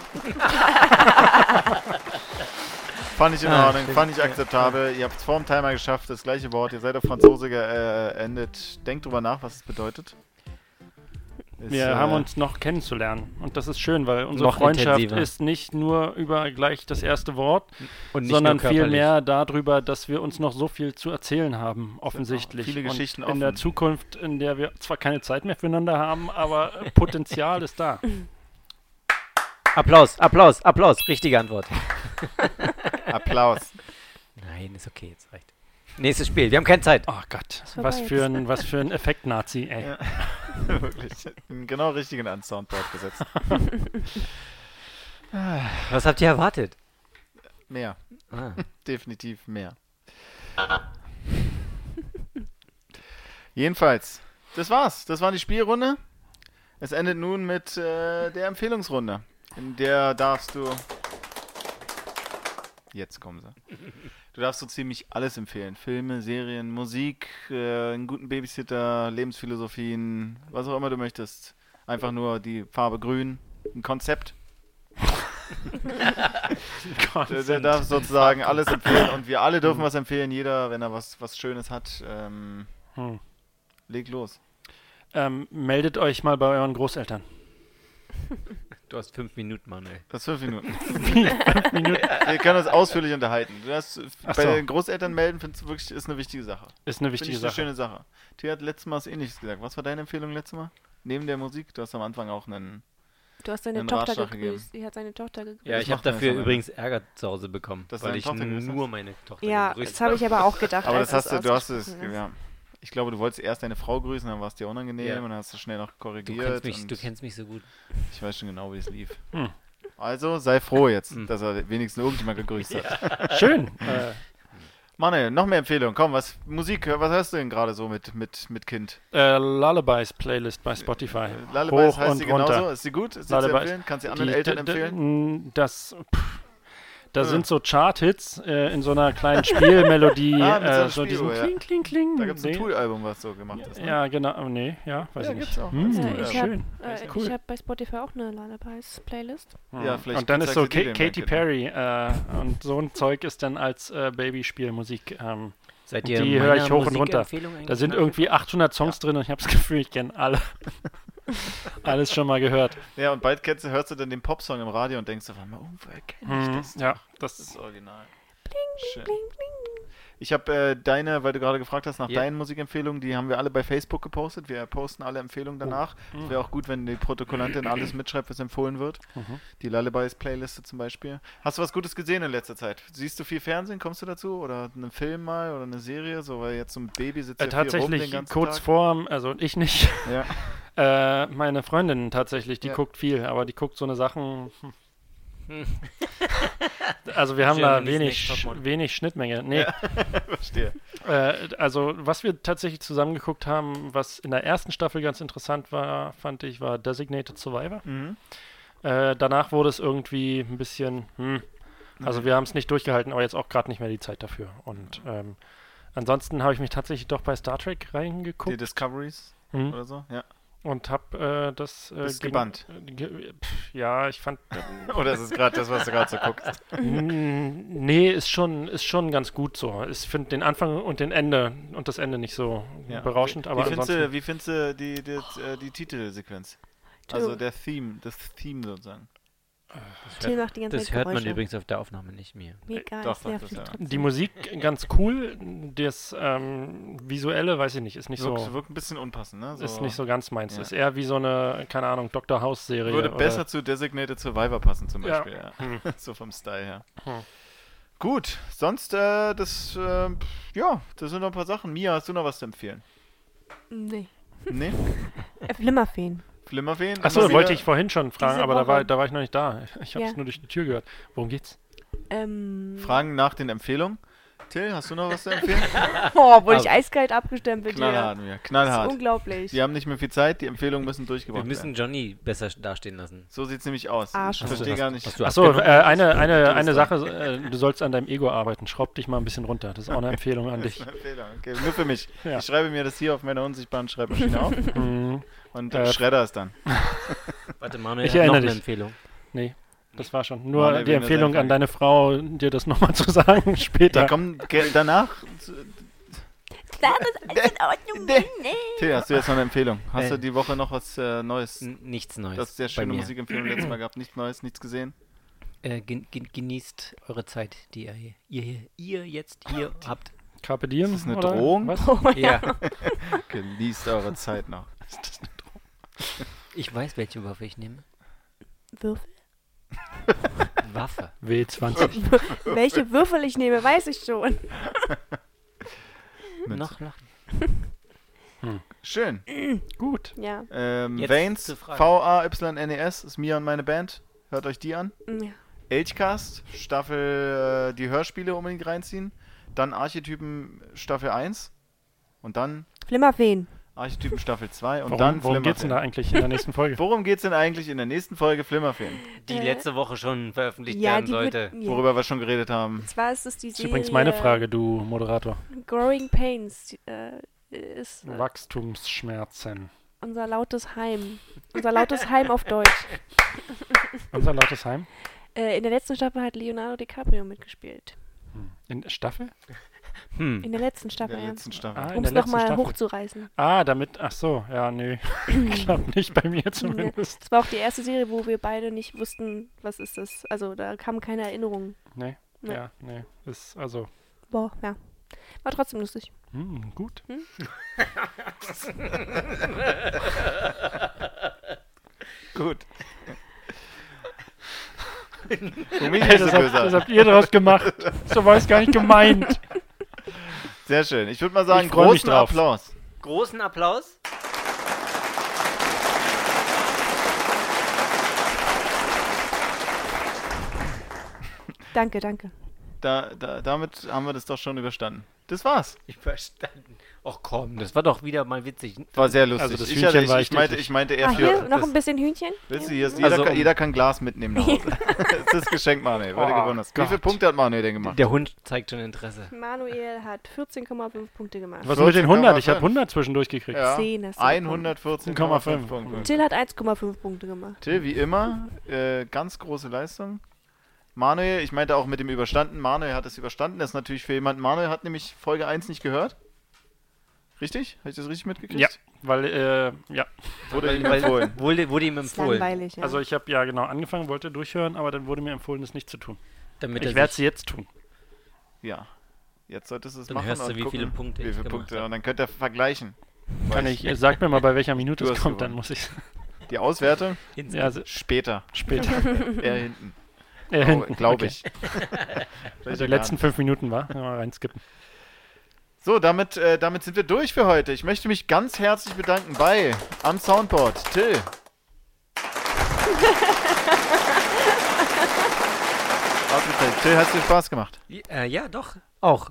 Fand ich in
Ah,
Ordnung,
stimmt.
fand ich akzeptabel. Ihr habt es vor dem Timer geschafft, das gleiche Wort. Ihr seid auf Franzose geendet. Denkt drüber nach, was es bedeutet. Ist,
Wir
äh,
haben uns noch kennenzulernen. Und das ist schön, weil unsere
Noch
Freundschaft
intensiver.
ist nicht nur über gleich das erste Wort,
Und nicht
sondern
nur körperlich.
vielmehr darüber, dass wir uns noch so viel zu erzählen haben, offensichtlich.
viele
Und
Geschichten
in der
offen.
Zukunft, in der wir zwar keine Zeit mehr füreinander haben, aber äh, Potenzial ist da.
Applaus, Applaus, Applaus. Richtige Antwort.
Applaus.
Nein, ist okay, jetzt reicht. Nächstes Spiel. Wir haben keine Zeit.
Oh Gott,
war
was
jetzt?
für ein, was für ein Effekt-Nazi, ey.
Ja. Wirklich. Den genau richtigen an Soundboard gesetzt.
Was habt ihr erwartet?
Mehr.
Ah.
Definitiv mehr. Jedenfalls, das war's. Das war die Spielrunde. Es endet nun mit äh, der Empfehlungsrunde. In der darfst du. Jetzt kommen sie. Du darfst so ziemlich alles empfehlen: Filme, Serien, Musik, äh, einen guten Babysitter, Lebensphilosophien, was auch immer du möchtest. Einfach nur die Farbe grün, ein Konzept. Der, der darf sozusagen alles empfehlen und wir alle dürfen was empfehlen. Jeder, wenn er was, was Schönes hat, ähm,
Hm.
leg los.
Ähm, meldet euch mal bei euren Großeltern.
Du hast fünf Minuten, Manuel.
Das ist fünf Minuten.
Minuten
Wir können uns ausführlich unterhalten. Du hast, bei
Ach so.
den Großeltern melden, findest du wirklich, ist eine wichtige Sache.
ist eine
Finde
wichtige
ich eine
Sache.
schöne Sache. Thea hat letztes Mal was ähnliches gesagt. Was war deine Empfehlung letztes Mal? Neben der Musik, du hast am Anfang auch einen.
Du hast deine
Einen
Tochter
Ratschlag
gegrüßt. Die hat seine Tochter gegrüßt.
Ja,
Das
ich habe
macht man
dafür
jetzt
übrigens Ärger zu Hause bekommen,
Dass
weil
deine
ich
Tochter gegrüßt
nur meine Tochter
Ja,
gegrüßt
das habe ich aber auch gedacht.
Aber
als
das hast du,
es
du hast es.
ausgesprochen ist.
Ja. Ich glaube, du wolltest erst deine Frau grüßen, dann war es dir unangenehm
Ja.
und dann hast du schnell noch
Du
korrigiert.
kennst, mich,
und
du kennst mich so gut.
Ich weiß schon genau, wie es lief.
Hm.
Also sei froh jetzt,
Hm.
dass er wenigstens irgendjemand gegrüßt hat.
Schön. äh,
Manuel, noch mehr Empfehlungen. Komm, was Musik, was hörst du denn gerade so mit, mit, mit Kind?
äh, Lullabies Playlist bei Spotify.
Äh, Lullabies
Hoch
heißt
und
sie
runter.
genauso? Ist sie gut? Ist sie zu
Lullabies.
empfehlen? Kannst du anderen
Die-
Eltern
d- d-
empfehlen? Äh.
n- Das. Pff. Da
Ja.
sind so Chart-Hits äh, in so einer kleinen Spielmelodie,
Ah, mit so
äh,
einer
so diesen
Spieluhr, ja.
Kling, Kling, Kling.
Da gibt es ein
Nee.
Tool-Album, was so gemacht ist. Ne?
Ja, genau. oh, Nee, ja, weiß
Ja,
ich nicht.
gibt's auch.
Hm,
Ja, ich
schön.
Äh,
Cool.
Ich habe bei Spotify auch eine Lullabies-Playlist.
Hm.
Ja, vielleicht
und dann ist
zeigst
so
du die
Ka
dem
Katy
Kind.
Perry äh, und so ein Zeug ist dann als äh, Babyspielmusik. Ähm,
Seid
Und
ihr
die höre ich
meiner
hoch und runter.
Musikempfehlung
da
eigentlich
sind
nach?
ne?
irgendwie 800 Songs drin und ich habe das Gefühl, ich kenne alle. Alles schon mal gehört.
Ja, und bald kennst, du- hörst du dann den Popsong im Radio und denkst du, warte mal, irgendwoher kenne ich
Hm,
das.
ja, das
Das ist original. Schön. Ich habe äh, deine, weil du gerade gefragt hast nach
Ja.
deinen Musikempfehlungen, die haben wir alle bei Facebook gepostet. Wir posten alle
Oh.
Empfehlungen danach.
Hm.
Es wäre auch gut, wenn die Protokollantin alles mitschreibt, was empfohlen wird.
Mhm.
Die Lullabies-Playliste zum Beispiel. Hast du was Gutes gesehen in letzter Zeit? Siehst du viel Fernsehen? Kommst du dazu? Oder einen Film mal oder eine Serie? So, weil jetzt so ein Baby sitzt
äh,
ja viel rum den
tatsächlich
ganzen
kurz
Tag.
vorm, also ich nicht,
Ja.
äh, meine Freundin tatsächlich, die
Ja.
guckt viel, aber die guckt so eine Sachen. hm. Also wir haben da
Germany's Next
wenig,
Topmodel.
wenig Schnittmenge. Nee,
Verstehe.
Äh, also, was wir tatsächlich zusammengeguckt haben, was in der ersten Staffel ganz interessant war, fand ich, war Designated Survivor.
Mhm.
Äh, danach wurde es irgendwie ein bisschen, hm.
Mhm.
Also, wir haben es nicht durchgehalten, aber jetzt auch gerade nicht mehr die Zeit dafür. Und ähm, ansonsten habe ich mich tatsächlich doch bei Star Trek
Die
reingeguckt
Discoveries
Mhm.
oder so? Ja.
und habe äh, das. Äh,
Bist gebannt.
äh, ge- pf, ja, ich fand.
Oder ist es gerade das, was du gerade so guckst?
Mm, nee, ist schon, ist schon ganz gut so. Ich finde den Anfang und den Ende und das Ende nicht so
Ja.
berauschend, aber
wie findest
ansonsten.
du, wie findest du die, die, äh, die Titelsequenz? Also der Theme, das Theme sozusagen.
Till macht die ganze
Das
Zeit
hört man
Geräusche.
übrigens auf der Aufnahme nicht mehr.
Mega,
Doch,
es
doch,
nervt
das
mich
ja.
trotzdem.
Die Musik ganz cool, das ähm, visuelle weiß ich nicht, ist nicht
Wirkt,
so
wirkt ein bisschen unpassend, ne? So-
ist nicht so ganz meins.
Ja.
Ist eher wie so eine keine Ahnung Dr. House Serie.
Würde
oder-
besser zu Designated Survivor passen zum
Ja.
Beispiel. Ja.
Hm.
so vom Style her.
Hm.
Gut, sonst äh, das äh, pff, ja, das sind noch ein paar Sachen. Mia, hast du noch was zu empfehlen?
Nee.
Nee?
Äh, Flimmerfeen.
Flimmerfeen?
Achso,
Immer
wollte
wieder-
ich vorhin schon fragen,
Diese
aber da war,
Woche.
da war ich noch nicht da. Ich habe es
Ja.
nur durch die Tür gehört. Worum geht's?
Ähm,
Fragen nach den Empfehlungen. Till, hast du noch was zu empfehlen?
oh, wurde ich
Also-
eiskalt abgestempelt hier.
Knallhart, Mia.
Das ist
Knallhart.
unglaublich.
Wir haben nicht mehr viel Zeit, die Empfehlungen müssen
Wir
durchgebracht
müssen
werden.
Johnny besser dastehen lassen.
So sieht's nämlich aus.
Arsch.
Ich
Ach so,
verstehe
hast-
gar nicht.
hast du
Achso, äh,
abgenommen?
eine, eine, eine
bist
Sache, äh, du sollst an deinem Ego arbeiten. Schraub dich mal ein bisschen runter. Das ist auch eine Empfehlung an dich.
Fehler, okay, nur für mich.
Ja.
Ich schreibe mir das hier auf meiner unsichtbaren Schreibmaschine auf
Mhm.
Hm,
und
Äh,
äh, schredder es dann.
Warte, Manuel,
Ich
hat noch
erinnere
eine
dich.
Empfehlung.
das war schon. Nur
Manuel,
die
wenn du
Empfehlung
deine
an deine Frau, dir das nochmal zu sagen später.
Da kommen ge- danach.
Das ist alles in Ordnung. ne,
Nee.
Nee.
Till, hast du jetzt noch eine Empfehlung? Hast
Äh.
du die Woche noch was äh, Neues?
N nichts Neues.
Das ist sehr
bei
schöne
mir.
Musikempfehlung letztes Mal gehabt. Nichts Neues, nichts gesehen.
Äh, gen gen genießt eure Zeit, die ihr, hier- ihr, hier- ihr jetzt hier habt.
Carpe diem.
Ist das eine
oder
Drohung?
Was?
Oh
Ja,
Genießt eure Zeit noch.
ich weiß, welche Waffe ich nehme.
Würfel?
Waffe.
W20.
Welche Würfel ich nehme, weiß ich schon.
Mit-
Noch, noch.
Schön.
Mm.
Gut.
Ja.
Ähm,
Jetzt
Vanes,
zur Frage.
V-A-Y-N-E-S, E ist Mia und meine Band. Hört euch die an.
Mm, ja.
Elchcast, Staffel, äh, die Hörspiele unbedingt reinziehen. Dann Archetypen Staffel 1. Und dann
Flimmerfeen.
Archetypen Staffel 2. Und
Worum,
dann
worum geht's
Flimmerfilm.
denn da eigentlich in der nächsten Folge?
Worum geht's denn eigentlich in der nächsten Folge Flimmerfilm?
Die
Äh,
letzte Woche schon veröffentlicht werden sollte.
Wird, ja.
Worüber wir schon geredet haben.
Und zwar ist es die
Das ist
Serie
übrigens meine Frage, du Moderator.
Growing Pains äh, ist äh,
Wachstumsschmerzen.
unser lautes Heim. Unser lautes Heim auf Deutsch.
Unser lautes Heim.
Äh, in der letzten Staffel hat Leonardo DiCaprio mitgespielt.
In Staffel?
Hm.
In der letzten
in
Staffel,
der
ja.
letzten Staffel.
Ah, in
Um es
der letzten
nochmal
Staffel.
hochzureißen.
Ah, damit. Ach so, ja, nee. Klappt nicht bei mir zumindest.
Das war auch die erste Serie, wo wir beide nicht wussten, was ist das. Also da kamen keine Erinnerungen.
Nee.
Nee.
Ja, nee. Ist also.
Boah, ja. War trotzdem lustig.
Hm, gut.
Gut. Gummi
Ey,
ist
das,
so
habt, das
gesagt.
habt ihr draus gemacht. So war es gar nicht gemeint.
Sehr schön. Ich würde mal sagen,
Ich freu mich
großen
drauf.
Applaus.
Großen Applaus.
Danke, danke.
Da, da, damit haben wir das doch schon überstanden. Das war's.
Verstanden. Ach komm, das war doch wieder mal witzig.
War sehr lustig.
Also das
ich, hatte,
Hühnchen
ich,
war
ich,
echt
meinte,
richtig.
ich meinte eher
Ah, hier
für.
noch
das-
ein bisschen Hühnchen.
Willst du, hier ist,
Also,
jeder, kann,
um-
jeder kann Glas mitnehmen nach Hause. das ist Geschenk Manuel, weil du
Oh
gewonnen hast. Wie viele
Gott.
Punkte hat Manuel denn gemacht?
Der Hund zeigt schon Interesse.
Manuel hat 14,5 Punkte gemacht.
Was ist mit den
14,5?
100? Ich habe 100 zwischendurch gekriegt.
Ja.
Zehn hast du
114,5
bekommen.
Punkte.
Till hat 1,5 Punkte gemacht.
Till, wie immer, äh, ganz große Leistung. Manuel, ich meinte auch mit dem Überstanden. Manuel hat es überstanden. Das ist natürlich für jemanden. Manuel hat nämlich Folge 1 nicht gehört. Richtig? Habe ich das richtig mitgekriegt?
Ja, weil, äh, ja.
Wurde ihm
Weil-
empfohlen.
Wurde, wurde ihm
Das ist
empfohlen.
langweilig, ja.
Also ich habe ja genau angefangen, wollte durchhören, aber dann wurde mir empfohlen, das nicht zu tun.
Damit
Ich
er
werde es
sich,
jetzt tun.
Ja. Jetzt solltest du es
Dann
machen.
hörst du,
und
wie
gucken,
viele Punkte
wie
ich
viele
gemacht
Punkte.
hab.
Und dann könnt ihr vergleichen.
Kann
Weiß
ich, sag mir mal, bei welcher Minute
Du
es
hast
kommt, dann
gewonnen.
muss ich
Die Auswertung
ins-
ja, se-
später.
später.
Eher hinten.
Äh, hinten.
Glaube
Okay.
ich.
Also die letzten fünf Minuten war. Mal reinskippen.
So, damit, äh, damit sind wir durch für heute. Ich möchte mich ganz herzlich bedanken bei am Soundboard Till, Aufgeteilt. Till, hat's dir Spaß gemacht?
Ja, äh, ja, doch, auch.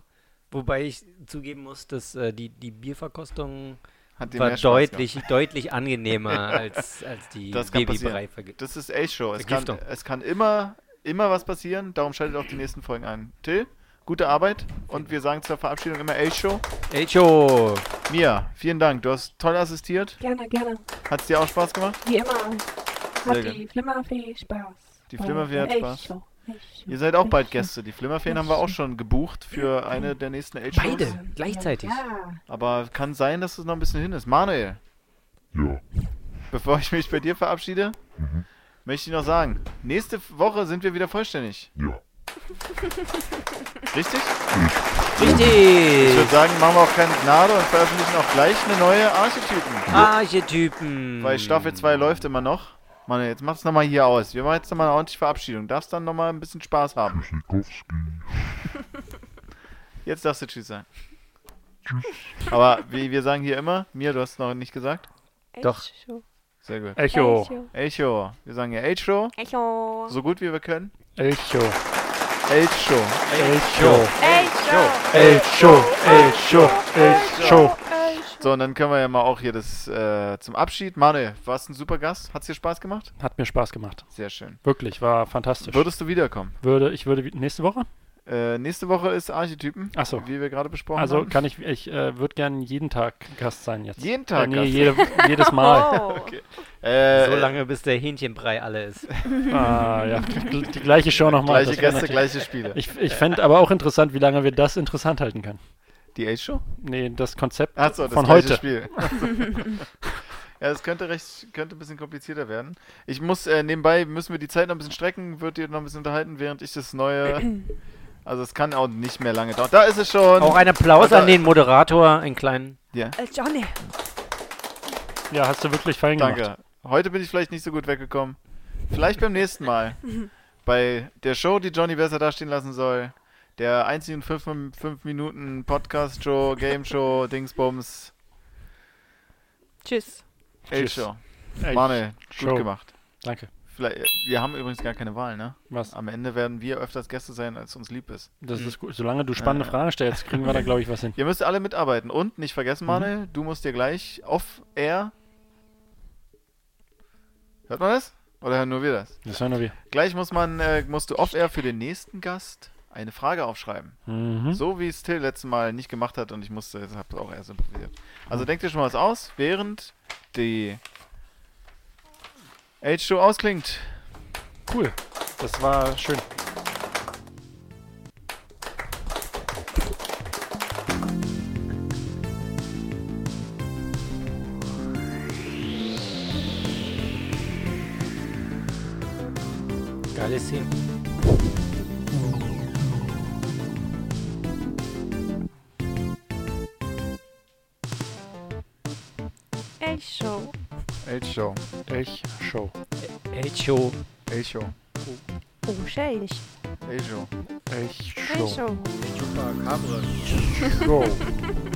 Wobei ich zugeben muss, dass äh, die, die Bierverkostung
Hat dir
war
mehr Spaß gemacht?
deutlich, deutlich angenehmer als, als die
Das kann passieren.
Babybereifer.
Das ist Elch-Show. Es kann,
Vergiftung.
es kann immer, immer was passieren. Darum schaltet auch die nächsten Folgen ein. Till, gute Arbeit. Und wir sagen zur Verabschiedung immer Elch-Show.
Elcho!
Mia, vielen Dank. Du hast toll assistiert.
Gerne, gerne.
Hat's dir auch Spaß gemacht?
Wie immer. Hat
Sehr
die Flimmerfee Spaß.
Die Flimmerfee hat
Echt so,
Spaß.
echt so.
Ihr seid auch bald Gäste. Die Flimmerfeen haben wir auch schon gebucht für eine der nächsten Elch-Shows.
Beide, gleichzeitig.
Ja.
Aber kann sein, dass es noch ein bisschen hin ist. Manuel,
Ja.
bevor ich mich bei dir verabschiede, möchte ich noch sagen, nächste Woche sind wir wieder vollständig.
Ja.
Richtig? Ich würde
Richtig!
sagen, machen wir auch keine Gnade und veröffentlichen auch gleich eine neue Archetypen.
Archetypen!
Weil Staffel 2 läuft immer noch. Mann, jetzt mach's nochmal hier aus. Wir machen jetzt nochmal eine ordentliche Verabschiedung. Darfst dann nochmal ein bisschen Spaß haben.
Tschüssikowski.
Jetzt darfst du Tschüss sagen. Aber wie wir sagen hier immer, mir, du hast es noch nicht gesagt.
Doch.
Echo.
Sehr gut.
Echo.
Echo. Wir sagen ja Echo,
Echo.
so gut wie wir können.
Echo.
Echo.
Echo.
Echo.
Echo. Echo. Echo.
So, und dann können wir ja mal auch hier das äh, zum Abschied. Manuel, warst ein super Gast. Hat's dir Spaß gemacht?
Hat mir Spaß gemacht.
Sehr schön.
Wirklich, war fantastisch.
Würdest du wiederkommen?
Würde, ich würde wie- nächste Woche?
Äh, nächste Woche ist Archetypen,
Ach so.
wie wir gerade besprochen
Also
haben.
kann ich, ich äh, würde gerne jeden Tag Gast sein jetzt.
Jeden Tag
äh, nee,
Gast?
Jede, jedes Mal.
Oh.
Äh,
So lange, bis der Hähnchenbrei alle ist.
ah, ja. Die die gleiche Show nochmal.
gleiche
Das wär
Gäste, gleiche Spiele.
Ich, ich fände aber auch interessant, wie lange wir das interessant halten können.
Die Age-Show?
Nee, das Konzept
Achso, das
von
gleiche
heute.
Spiel. ja, es könnte recht, könnte ein bisschen komplizierter werden. Ich muss, äh, nebenbei müssen wir die Zeit noch ein bisschen strecken, wird ihr noch ein bisschen unterhalten, während ich das neue. Also es kann auch nicht mehr lange dauern. Da ist es schon!
Auch ein Applaus
Also-
an den Moderator, einen kleinen.
ja,
Äh, Johnny.
Ja, hast du wirklich fein
danke.
Äh, gemacht.
Heute bin ich vielleicht nicht so gut weggekommen. Vielleicht beim nächsten Mal. Bei der Show, die Johnny besser dastehen lassen soll. Der einzigen 5 Minuten Podcast-Show, Game-Show, Dingsbums,
Tschüss.
Tschüss.
L-Show.
Ey,
Manuel,
Show.
gut gemacht.
Danke.
Vielleicht, wir haben übrigens gar keine Wahl, ne?
Was?
Am Ende werden wir öfters Gäste sein, als uns lieb ist.
Das
Mhm.
ist gut. Solange du spannende
Ja, ja.
Fragen stellst, kriegen wir da, glaube ich, was hin.
Ihr müsst alle mitarbeiten. Und nicht vergessen,
Mhm.
Manuel, du musst dir gleich off-air. Hört man das? Oder hören nur wir das?
Das hören wir.
Gleich muss man, äh, musst du off-air für den nächsten Gast eine Frage aufschreiben.
Mhm.
So wie es Till letztes Mal nicht gemacht hat und ich musste, jetzt hab's auch erst improvisiert. Also denkt ihr schon mal was aus, während die Age-Show ausklingt.
Cool. Das war schön.
Geile Szene.
Elchshow.
Elch-Show.
Elch Show.
Elcho.
Elch-Show.
Oh, Schelch.
Elch-Show.
Elch Show.
Elchshow.
Chupacabra.
Show.